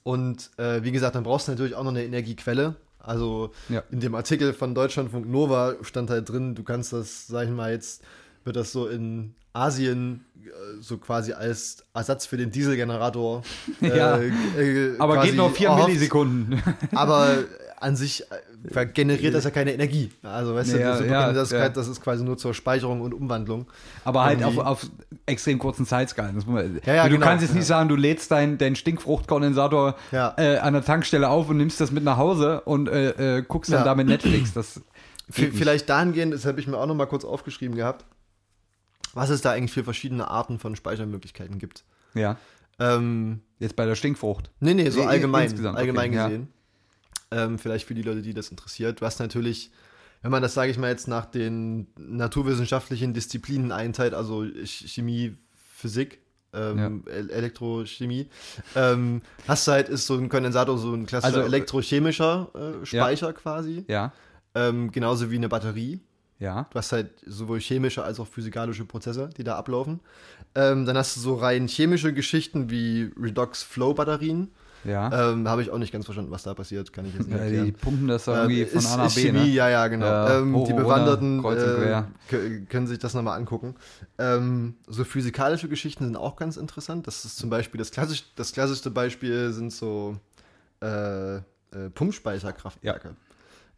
B: und äh, wie gesagt, dann brauchst du natürlich auch noch eine Energiequelle. Also
A: Ja.
B: in dem Artikel von Deutschlandfunk Nova stand halt drin, du kannst das, sag ich mal, jetzt wird das so in Asien äh, so quasi als Ersatz für den Dieselgenerator. äh,
A: Ja.
B: äh,
A: Aber
B: quasi
A: geht nur 4
B: erhofft.
A: Millisekunden.
B: Aber an sich äh, generiert das ja keine Energie. Also weißt
A: Ja,
B: du, die
A: ja,
B: Superkondensatorkeit,
A: ja.
B: das ist quasi nur zur Speicherung und Umwandlung.
A: Aber halt auf,
B: Irgendwie.
A: auf extrem kurzen Zeitskalen. Das muss man,
B: Ja, ja,
A: du
B: genau.
A: kannst jetzt
B: Ja.
A: nicht sagen, du lädst deinen dein Stinkfruchtkondensator
B: Ja.
A: äh, an der Tankstelle auf und nimmst das mit nach Hause und äh, äh, guckst dann
B: Ja.
A: damit Netflix. Das
B: V- Vielleicht dahingehend, das habe ich mir auch noch mal kurz aufgeschrieben gehabt, was es da eigentlich für verschiedene Arten von Speichermöglichkeiten gibt.
A: ja,
B: Ähm,
A: jetzt bei der Stinkfrucht.
B: nee, nee, so
A: Nee,
B: allgemein,
A: insgesamt, okay,
B: allgemein
A: ja.
B: gesehen. Ähm, vielleicht für die Leute, die das interessiert. Was natürlich, wenn man das, sage ich mal, jetzt nach den naturwissenschaftlichen Disziplinen einteilt, also Ch- Chemie, Physik, ähm, El- Elektrochemie, ähm, hast du halt, ist so ein Kondensator so ein klassischer
A: Also, äh,
B: elektrochemischer äh, Speicher quasi,
A: Ja,
B: ähm, genauso wie eine Batterie.
A: ja.
B: Du hast halt sowohl chemische als auch physikalische Prozesse, die da ablaufen. Ähm, dann hast du so rein chemische Geschichten wie Redox-Flow-Batterien.
A: Ja.
B: Ähm, Habe ich auch nicht ganz verstanden, was da passiert, kann ich jetzt nicht
A: ja, die
B: erklären.
A: pumpen das
B: Ähm,
A: irgendwie von A nach
B: ist
A: B.
B: Chemie,
A: ne?
B: ja, ja, genau.
A: Ja,
B: ähm,
A: hoch
B: die
A: und runter,
B: Bewanderten
A: kreuz und
B: äh,
A: quer.
B: kö- können sich das nochmal angucken. Ähm, so physikalische Geschichten sind auch ganz interessant. Das ist zum Beispiel das, klassisch, das klassischste Beispiel sind so äh, äh, Pumpspeicherkraftwerke.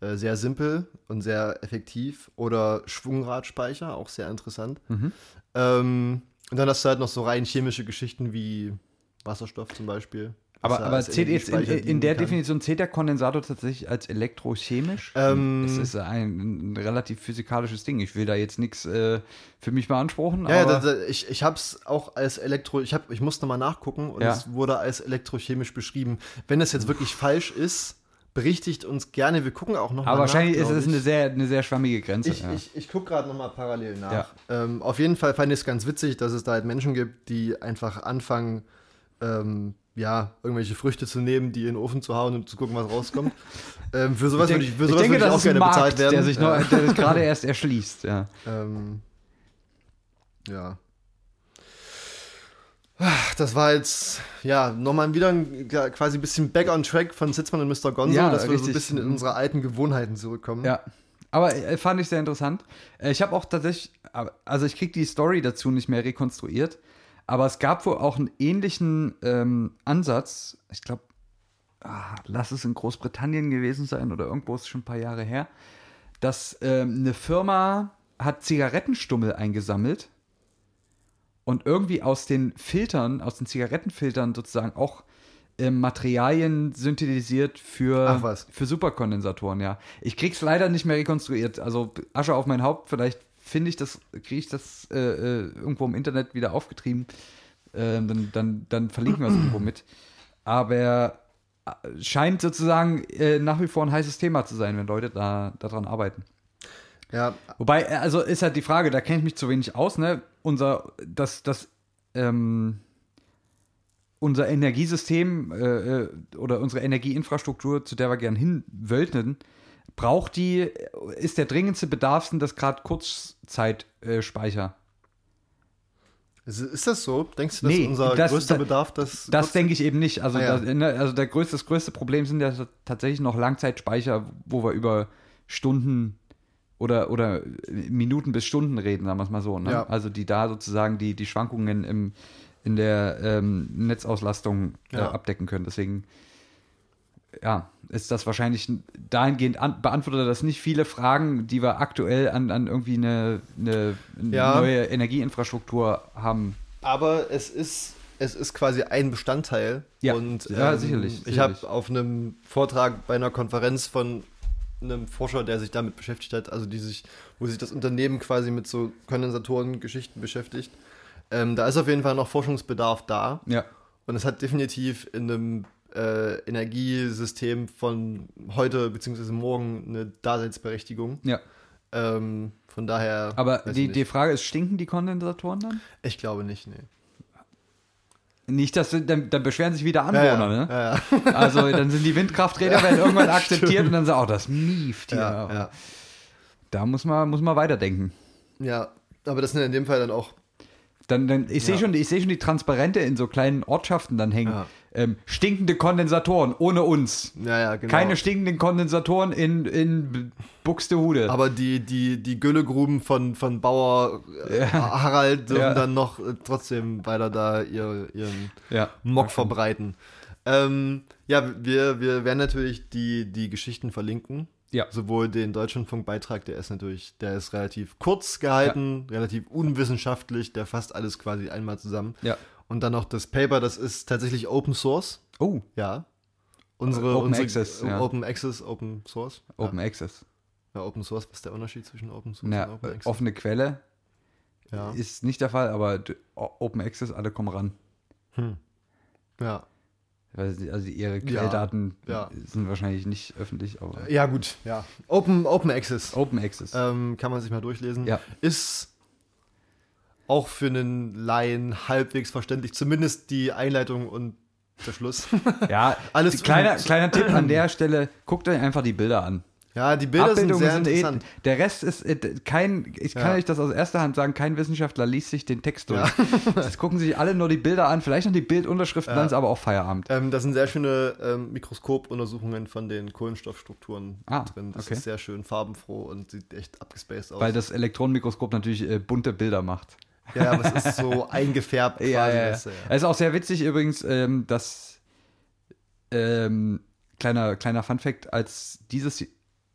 B: Äh, sehr simpel und sehr effektiv. Oder Schwungradspeicher, auch sehr interessant.
A: Mhm.
B: Ähm, und dann hast du halt noch so rein chemische Geschichten wie Wasserstoff zum Beispiel. was
A: Aber,
B: da
A: aber
B: als
A: zählt jetzt in,
B: Energiespeicher
A: in der
B: dienen kann.
A: Definition zählt der Kondensator tatsächlich als elektrochemisch?
B: Ähm,
A: es ist ein, ein relativ physikalisches Ding. Ich will da jetzt nichts äh, für mich beanspruchen.
B: Ja, ja,
A: aber,
B: da, da, ich, ich hab's auch als Elektro, ich, hab, ich musste mal nachgucken und
A: Ja.
B: es wurde als elektrochemisch beschrieben. Wenn das jetzt wirklich falsch ist, berichtigt uns gerne. Wir gucken auch noch mal
A: aber wahrscheinlich
B: nach,
A: ist
B: glaub
A: es
B: ich.
A: eine sehr, eine sehr schwammige Grenze.
B: Ich,
A: ja.
B: ich, ich gucke gerade nochmal parallel nach.
A: Ja.
B: Ähm, auf jeden Fall fand ich es ganz witzig, dass es da halt Menschen gibt, die einfach anfangen, ähm, ja, irgendwelche Früchte zu nehmen, die in den Ofen zu hauen und zu gucken, was rauskommt. ähm, für sowas würde ich, für
A: ich
B: sowas
A: denke,
B: würd ich
A: das
B: auch
A: ist ein
B: gerne
A: Markt,
B: bezahlt werden.
A: der sich,
B: ja.
A: noch, der sich gerade erst erschließt. Ja.
B: Ähm, ja. Ach, Das war jetzt, ja, nochmal wieder ein, ja, quasi ein bisschen back on track von Sitzmann und Mr. Gonzo,
A: Ja,
B: dass wir so ein
A: richtig. Mhm.
B: bisschen in unsere alten Gewohnheiten zurückkommen.
A: ja. Aber äh, fand ich sehr interessant. Äh, Ich habe auch tatsächlich, aber- also ich kriege die Story dazu nicht mehr rekonstruiert, aber es gab wohl auch einen ähnlichen ähm, Ansatz. Ich glaube, ah, lass es in Großbritannien gewesen sein oder irgendwo ist es schon ein paar Jahre her, dass ähm, eine Firma hat Zigarettenstummel eingesammelt und irgendwie aus den Filtern, aus den Zigarettenfiltern sozusagen auch ähm, Materialien synthetisiert für,
B: Ach was.
A: für Superkondensatoren, ja. Ich krieg's leider nicht mehr rekonstruiert. Also Asche auf mein Haupt, vielleicht finde ich das, kriege ich das äh, äh, irgendwo im Internet wieder aufgetrieben. Ähm, dann, dann, dann verlinken wir es irgendwo mit. Aber äh, scheint sozusagen äh, nach wie vor ein heißes Thema zu sein, wenn Leute da daran arbeiten.
B: Ja,
A: Wobei, äh, also ist halt die Frage, da kenne ich mich zu wenig aus, ne? Unser, das, das, ähm, unser Energiesystem äh, äh, oder unsere Energieinfrastruktur, zu der wir gern hinwölten, braucht die, ist der dringendste Bedarf, sind das gerade Kurzzeitspeicher.
B: ist, ist das so? Denkst du, dass
A: Nee,
B: unser
A: das-
B: größter
A: da-
B: Bedarf das,
A: Das denke ich eben nicht. Also,
B: Ah, ja.
A: das, ne, also der größte, das größte Problem sind ja tatsächlich noch Langzeitspeicher, wo wir über Stunden oder, oder Minuten bis Stunden reden, sagen wir es mal so. Ne?
B: Ja.
A: Also die da sozusagen die, die Schwankungen im, in der ähm, Netzauslastung äh,
B: Ja.
A: abdecken können. Deswegen ja, ist das wahrscheinlich dahingehend an, beantwortet das nicht viele Fragen, die wir aktuell an, an irgendwie eine, eine
B: Ja.
A: neue Energieinfrastruktur haben.
B: Aber es ist, es ist quasi ein Bestandteil.
A: Ja,
B: und, ähm,
A: ja, sicherlich,
B: Ich habe
A: sicherlich.
B: auf einem Vortrag bei einer Konferenz von einem Forscher, der sich damit beschäftigt hat, also die sich, wo sich das Unternehmen quasi mit so Kondensatoren-Geschichten beschäftigt, ähm, da ist auf jeden Fall noch Forschungsbedarf da.
A: Ja,
B: Und es hat definitiv in einem äh, Energiesystem von heute bzw. morgen eine Daseinsberechtigung.
A: Ja.
B: Ähm, von daher.
A: Aber
B: weiß
A: die,
B: ich
A: die
B: nicht.
A: Frage ist, stinken die Kondensatoren dann?
B: Ich glaube nicht, nee.
A: Nicht, dass du- dann, dann beschweren sich wieder Anwohner, ne?
B: ja, ja.
A: Also dann sind die Windkrafträder werden irgendwann akzeptiert und dann sagen, oh, das mieft hier.
B: Ja, ja.
A: Da muss man, muss man weiterdenken.
B: ja, aber das sind in dem Fall dann auch.
A: Dann, dann, ich sehe
B: Ja.
A: schon, ich seh schon die Transparente in so kleinen Ortschaften dann hängen.
B: Ja.
A: Ähm, stinkende Kondensatoren ohne uns.
B: Ja, ja, genau.
A: Keine stinkenden Kondensatoren in, in B- Buxtehude.
B: aber die, die, die Güllegruben von, von Bauer äh, Harald dürfen
A: Ja.
B: dann noch äh, trotzdem weiter da ihr, ihren
A: ja.
B: Mock verbreiten. Ähm, ja, wir, wir werden natürlich die, die Geschichten verlinken.
A: Ja.
B: Sowohl den Deutschlandfunk-Beitrag, der ist natürlich, der ist relativ kurz gehalten, relativ unwissenschaftlich, der fasst alles quasi einmal zusammen.
A: Ja.
B: Und dann noch das Paper, das ist tatsächlich Open Source.
A: Oh,
B: Ja. Unsere,
A: Open
B: unsere
A: Access,
B: äh,
A: ja.
B: Open Access, Open Source.
A: Open Access.
B: Ja. ja, Open Source, was ist der Unterschied zwischen Open Source
A: Na,
B: und Open Access?
A: offene Quelle
B: ja.
A: ist nicht der Fall, aber d- O- Open Access, alle kommen ran.
B: ja.
A: Weil sie- Also ihre Quelldaten
B: ja. Äh,
A: sind wahrscheinlich nicht öffentlich, aber
B: Ja, gut, ja. Open, Open Access.
A: Open Access.
B: Ähm, kann man sich mal durchlesen.
A: Ja.
B: Ist auch für einen Laien halbwegs verständlich, zumindest die Einleitung und der Schluss.
A: ja,
B: alles-
A: kleiner, kleiner Tipp an der Stelle, guckt euch einfach die Bilder an.
B: ja, die Bilder sind
A: Abbildungen
B: sehr interessant.
A: eh, der Rest ist äh, kein, ich kann
B: Ja.
A: euch das aus erster Hand sagen, kein Wissenschaftler liest sich den Text durch. Das gucken sich alle nur die Bilder an, vielleicht noch die Bildunterschriften, dann ist aber auch Feierabend.
B: Ähm, da sind sehr schöne ähm, Mikroskopuntersuchungen von den Kohlenstoffstrukturen
A: Ah,
B: drin. Das
A: okay.
B: ist sehr schön farbenfroh und sieht echt abgespaced aus.
A: Weil das Elektronenmikroskop natürlich äh, bunte Bilder macht.
B: ja, ja, aber es ist so eingefärbt quasi.
A: Ja, ja, ja.
B: weißt du, ja.
A: Es ist auch sehr witzig übrigens, ähm, dass ähm, kleiner kleiner Fun Fact, als dieses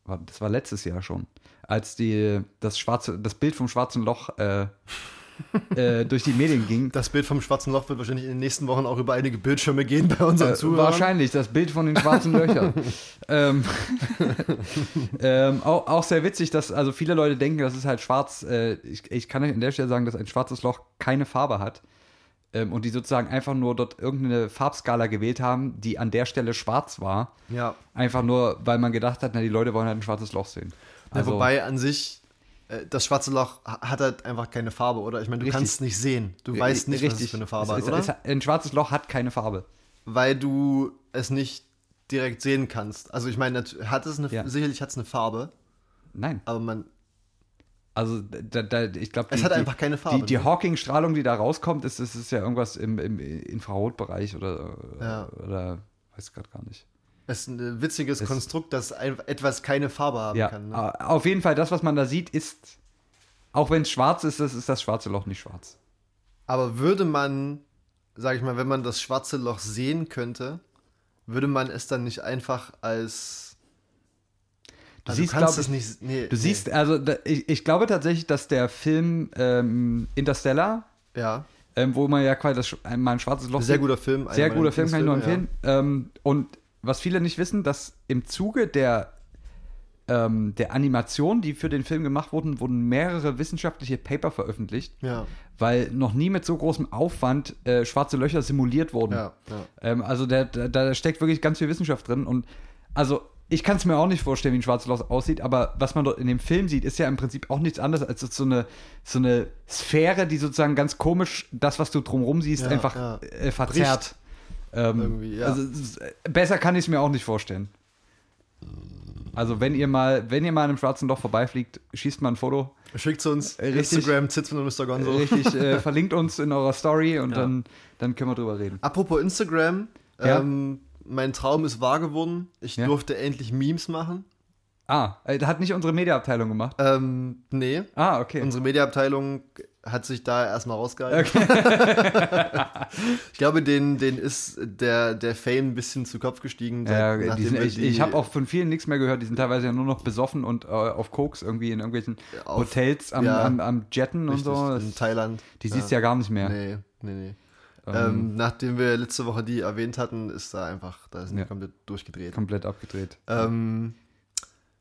A: warte, das war letztes Jahr schon, als die das schwarze das Bild vom schwarzen Loch äh, äh, durch die Medien ging.
B: Das Bild vom schwarzen Loch wird wahrscheinlich in den nächsten Wochen auch über einige Bildschirme gehen bei unseren Zuhörern.
A: Äh, wahrscheinlich das Bild von den schwarzen Löchern. ähm, ähm, auch, auch sehr witzig, dass also viele Leute denken, das ist halt schwarz. Äh, ich, ich kann euch an der Stelle sagen, dass ein schwarzes Loch keine Farbe hat ähm, und die sozusagen einfach nur dort irgendeine Farbskala gewählt haben, die an der Stelle schwarz war.
B: Ja.
A: Einfach nur, weil man gedacht hat, na die Leute wollen halt ein schwarzes Loch sehen.
B: Ja,
A: Also
B: wobei an sich, äh, das schwarze Loch ha- hat halt einfach keine Farbe, oder? Ich meine, du
A: Richtig.
B: kannst es nicht sehen. Du weißt nicht, was es für eine Farbe
A: Es
B: hat,
A: ist- halt
B: oder?
A: es- ein schwarzes Loch hat keine Farbe.
B: Weil du es nicht direkt sehen kannst. Also ich meine, nat- hat es eine,
A: Ja.
B: sicherlich hat es eine Farbe,
A: Nein.
B: aber man,
A: Also, da, da, ich glaube,
B: Es hat einfach keine Farbe,
A: Die, die
B: ne?
A: Hawking-Strahlung, die da rauskommt, ist, ist, ist ja irgendwas im, im Infrarotbereich oder,
B: Ja.
A: oder weiß gerade gar nicht.
B: es ist ein witziges
A: Es-
B: Konstrukt, dass ein, etwas keine Farbe haben
A: Ja,
B: kann. Ne?
A: a- auf jeden Fall, das, was man da sieht, ist, auch wenn es schwarz ist, das ist das schwarze Loch nicht schwarz.
B: Also Aber würde man, sag ich mal, wenn man das schwarze Loch sehen könnte, würde man es dann nicht einfach als
A: Du
B: also
A: siehst,
B: du kannst
A: glaub
B: es nicht. Nee,
A: Du siehst, also da, ich, ich glaube tatsächlich, dass der Film ähm, Interstellar,
B: nee. ja
A: ähm, wo man ja quasi das, sch- mal ein schwarzes Loch
B: sehr
A: sieht,
B: guter Film. einer
A: Sehr
B: meiner
A: guter Film, kann ich nur
B: Lieblingsfilme,
A: empfehlen. Ähm, und was viele nicht wissen, dass im Zuge der, ähm, der Animation, die für den Film gemacht wurden, wurden mehrere wissenschaftliche Paper veröffentlicht,
B: Ja. ja.
A: weil noch nie mit so großem Aufwand äh, schwarze Löcher simuliert wurden.
B: Ja, ja.
A: Ähm, also da, da, da steckt wirklich ganz viel Wissenschaft drin. Und also ich kann es mir auch nicht vorstellen, wie ein schwarzes Loch aussieht, aber was man dort in dem Film sieht, ist ja im Prinzip auch nichts anderes als so eine, so eine Sphäre, die sozusagen ganz komisch das, was du drumherum siehst,
B: Ja,
A: einfach
B: ja.
A: Äh, verzerrt. Ähm,
B: Irgendwie, ja.
A: also, es ist- äh, besser kann ich es mir auch nicht vorstellen. Also wenn ihr mal, wenn ihr mal an einem schwarzen Loch vorbeifliegt, schießt mal ein Foto,
B: Schickt uns
A: Äh, richtig.
B: Instagram, Zitzen und Mr. Gonzo.
A: richtig äh, verlinkt uns in eurer Story und
B: Ja.
A: dann, dann können wir drüber reden.
B: Apropos Instagram,
A: Ja.
B: ähm, mein Traum ist wahr geworden. Ich
A: Ja.
B: durfte endlich Memes machen.
A: Ah, äh, hat nicht unsere Mediaabteilung gemacht.
B: Ähm, nee,
A: Ah, okay.
B: unsere Mediaabteilung hat sich da erstmal rausgehalten. ich glaube, denen, denen ist der, der Fame ein bisschen zu Kopf gestiegen. seit-
A: Ja, die
B: nachdem
A: sind
B: wir
A: echt,
B: die-
A: ich habe auch von vielen nichts mehr gehört. Die sind teilweise ja nur noch besoffen und äh, auf Koks irgendwie in irgendwelchen
B: Auf-
A: Hotels am,
B: ja.
A: am, am Jetten
B: richtig,
A: und so.
B: in
A: Das,
B: Thailand.
A: die siehst du ja gar nicht mehr.
B: Nee, nee, nee.
A: Ähm,
B: Ähm, nachdem wir letzte Woche die erwähnt hatten, ist da einfach, da sind
A: Ja.
B: die komplett durchgedreht.
A: Komplett abgedreht.
B: Ähm,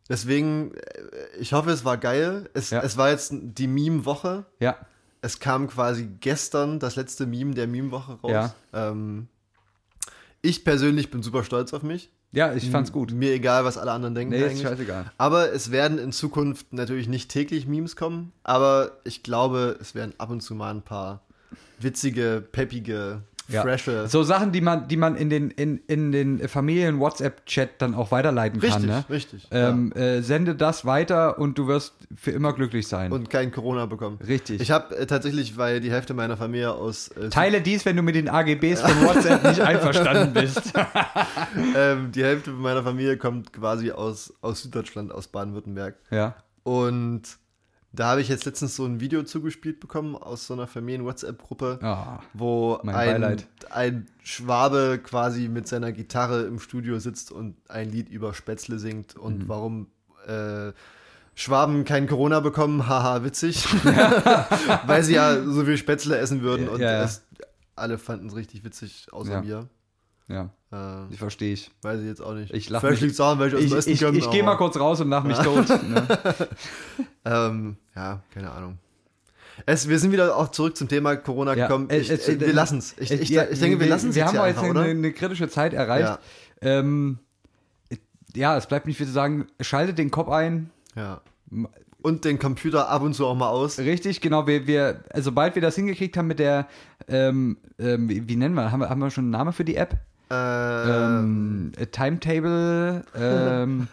B: deswegen, äh, ich hoffe, es war geil. Es,
A: Ja.
B: es war jetzt die Meme-Woche.
A: Ja,
B: Es kam quasi gestern das letzte Meme der Meme-Woche raus.
A: Ja.
B: Ähm, ich persönlich bin super stolz auf mich.
A: Ja, ich fand's gut.
B: Mir egal, was alle anderen denken.
A: Nee, ist
B: Hm. eigentlich.
A: scheißegal.
B: Aber es werden in Zukunft natürlich nicht täglich Memes kommen, aber ich glaube, es werden ab und zu mal ein paar witzige, peppige,
A: Ja.
B: frische.
A: So Sachen, die man, die man in den, in, in den Familien-WhatsApp-Chat dann auch weiterleiten
B: richtig,
A: kann, ne?
B: richtig.
A: Ähm, äh, sende das weiter und du wirst für immer glücklich sein.
B: ja. Und kein Corona bekommen.
A: Richtig.
B: Ich habe äh, tatsächlich, weil die Hälfte meiner Familie aus äh,
A: Teile dies, wenn du mit den AGBs von WhatsApp nicht einverstanden bist.
B: ähm, die Hälfte meiner Familie kommt quasi aus, aus Süddeutschland, aus Baden-Württemberg.
A: Ja.
B: Und da habe ich jetzt letztens so ein Video zugespielt bekommen aus so einer Familien-WhatsApp-Gruppe,
A: Ah.
B: wo
A: Mein
B: ein,
A: Beileid.
B: ein Schwabe quasi mit seiner Gitarre im Studio sitzt und ein Lied über Spätzle singt und
A: Mhm.
B: warum äh, Schwaben kein Corona bekommen, haha, witzig. Weil sie ja so viel Spätzle essen würden und
A: Ja, ja.
B: Es, alle fanden es richtig witzig, außer
A: Ja.
B: mir.
A: Ja,
B: Äh,
A: ich verstehe ich.
B: weiß ich jetzt auch nicht.
A: Ich lach
B: Vielleicht
A: mich-
B: liegt's daran, weil ich aus
A: Ich,
B: dem Osten
A: ich,
B: komme,
A: ich gehe mal
B: aber-
A: kurz raus und lach mich tot. Ne?
B: Ah. Ähm, ja, keine Ahnung. Es, wir sind wieder auch zurück zum Thema Corona
A: Ja,
B: gekommen.
A: äh,
B: Ich,
A: es-
B: äh, wir
A: äh,
B: lassen es. Ich,
A: äh,
B: ich,
A: ja,
B: ich denke, wir lassen es
A: Wir
B: jetzt
A: haben
B: hier
A: jetzt
B: einfach,
A: eine,
B: oder?
A: eine kritische Zeit erreicht. Ähm, ja, es bleibt nicht viel zu sagen. Schaltet den Kopf ein.
B: ja. ja. Und den Computer ab und zu auch mal aus.
A: Richtig, genau. Wir, wir, also sobald wir das hingekriegt haben mit der, ähm, ähm, wie, wie nennen wir, haben wir, haben wir schon einen Namen für die App?
B: Äh,
A: Ähm, äh, Timetable, ähm,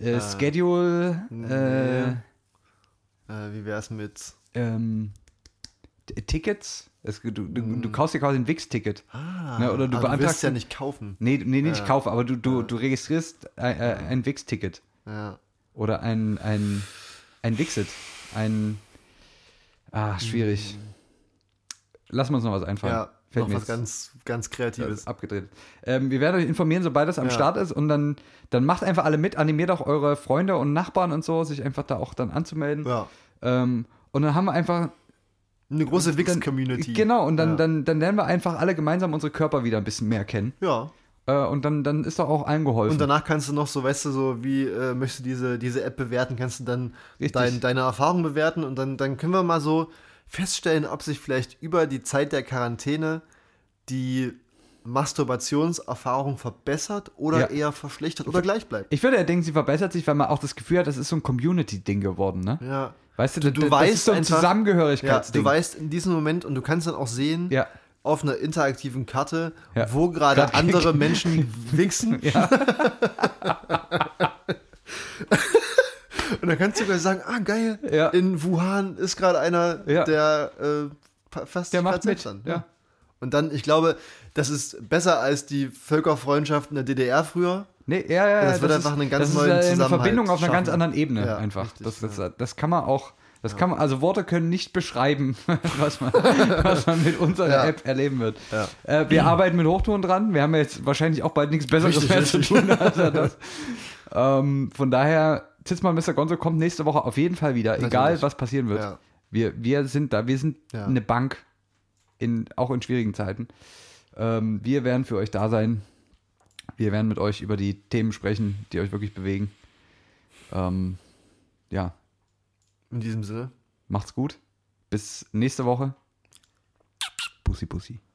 A: äh, Schedule, äh,
B: äh, wie wär's mit.
A: ähm, T- Tickets. Es, du, du, du kaufst dir quasi ein Wix-Ticket.
B: Mm. Ah,
A: Na, oder du
B: aber du
A: beantragst-
B: willst ja nicht kaufen.
A: Nee, nee, nicht
B: Ja.
A: kaufen, aber du, du, du registrierst ein, äh, ein Wix-Ticket.
B: Ja.
A: Oder ein, ein, ein Wixit. Ein. Ah, schwierig. Lass uns noch was einfallen.
B: Mm. Ja,
A: Fällt
B: noch
A: mir
B: was
A: jetzt
B: ganz, ganz Kreatives.
A: abgedreht. Ähm, wir werden euch informieren, sobald das am
B: Ja.
A: Start ist. Und dann, dann macht einfach alle mit. Animiert auch eure Freunde und Nachbarn und so, sich einfach da auch dann anzumelden.
B: Ja.
A: Ähm, und dann haben wir einfach
B: Eine große
A: dann-
B: Wix-Community.
A: Genau, und dann,
B: ja.
A: dann, dann lernen wir einfach alle gemeinsam unsere Körper wieder ein bisschen mehr kennen.
B: Ja.
A: Äh, und dann, dann ist doch auch allen geholfen.
B: Und danach kannst du noch so, weißt du, so wie äh, möchtest du diese, diese App bewerten, kannst du dann
A: Richtig.
B: dein, deine Erfahrung bewerten und dann, dann können wir mal so feststellen, ob sich vielleicht über die Zeit der Quarantäne die Masturbationserfahrung verbessert oder
A: Ja.
B: eher verschlechtert oder gleich bleibt.
A: ich würde ja denken, sie verbessert sich, weil man auch das Gefühl hat, das ist so ein Community-Ding geworden, ne?
B: Ja.
A: Weißt du,
B: du
A: das
B: weißt
A: ist so ein
B: einfach- ja,
A: Zusammengehörigkeitsding.
B: du weißt in diesem Moment und du kannst dann auch sehen,
A: Genau. Ja.
B: auf einer interaktiven Karte,
A: Ja.
B: wo gerade
A: Grad-
B: andere Menschen wichsen. Und dann kannst du sogar sagen, ah geil,
A: Ja.
B: in Wuhan ist gerade einer,
A: Ja.
B: der äh, pa- fast
A: Der macht
B: gerade selbst
A: mit,
B: an.
A: ja.
B: Und dann, ich glaube, das ist besser als die Völkerfreundschaft in der DDR früher.
A: Nee, ja, ja,
B: Das wird
A: ist-
B: einfach einen ganz
A: das ist
B: neuen
A: eine
B: Zusammenhalt
A: Verbindung auf einer ganz
B: schaffen.
A: anderen Ebene
B: Ja,
A: einfach.
B: richtig,
A: das, das, das kann man auch, das kann man, also Worte können nicht beschreiben, was man, was man mit unserer
B: Ja.
A: App erleben wird.
B: Ja.
A: Äh, wir arbeiten mit Hochtouren dran. Wir haben ja jetzt wahrscheinlich auch bald nichts Besseres
B: Richtig,
A: mehr
B: richtig.
A: zu tun. Als das. ähm, von daher, Zitzmann Mr. Gonzo kommt nächste Woche auf jeden Fall wieder, egal was passieren wird.
B: Ja.
A: Wir, wir sind da, wir sind
B: Ja.
A: eine Bank, in, auch in schwierigen Zeiten. Ähm, wir werden für euch da sein. Wir werden mit euch über die Themen sprechen, die euch wirklich bewegen. Ähm, ja,
B: In diesem Sinne.
A: macht's gut. Bis nächste Woche. Pussy, Pussy.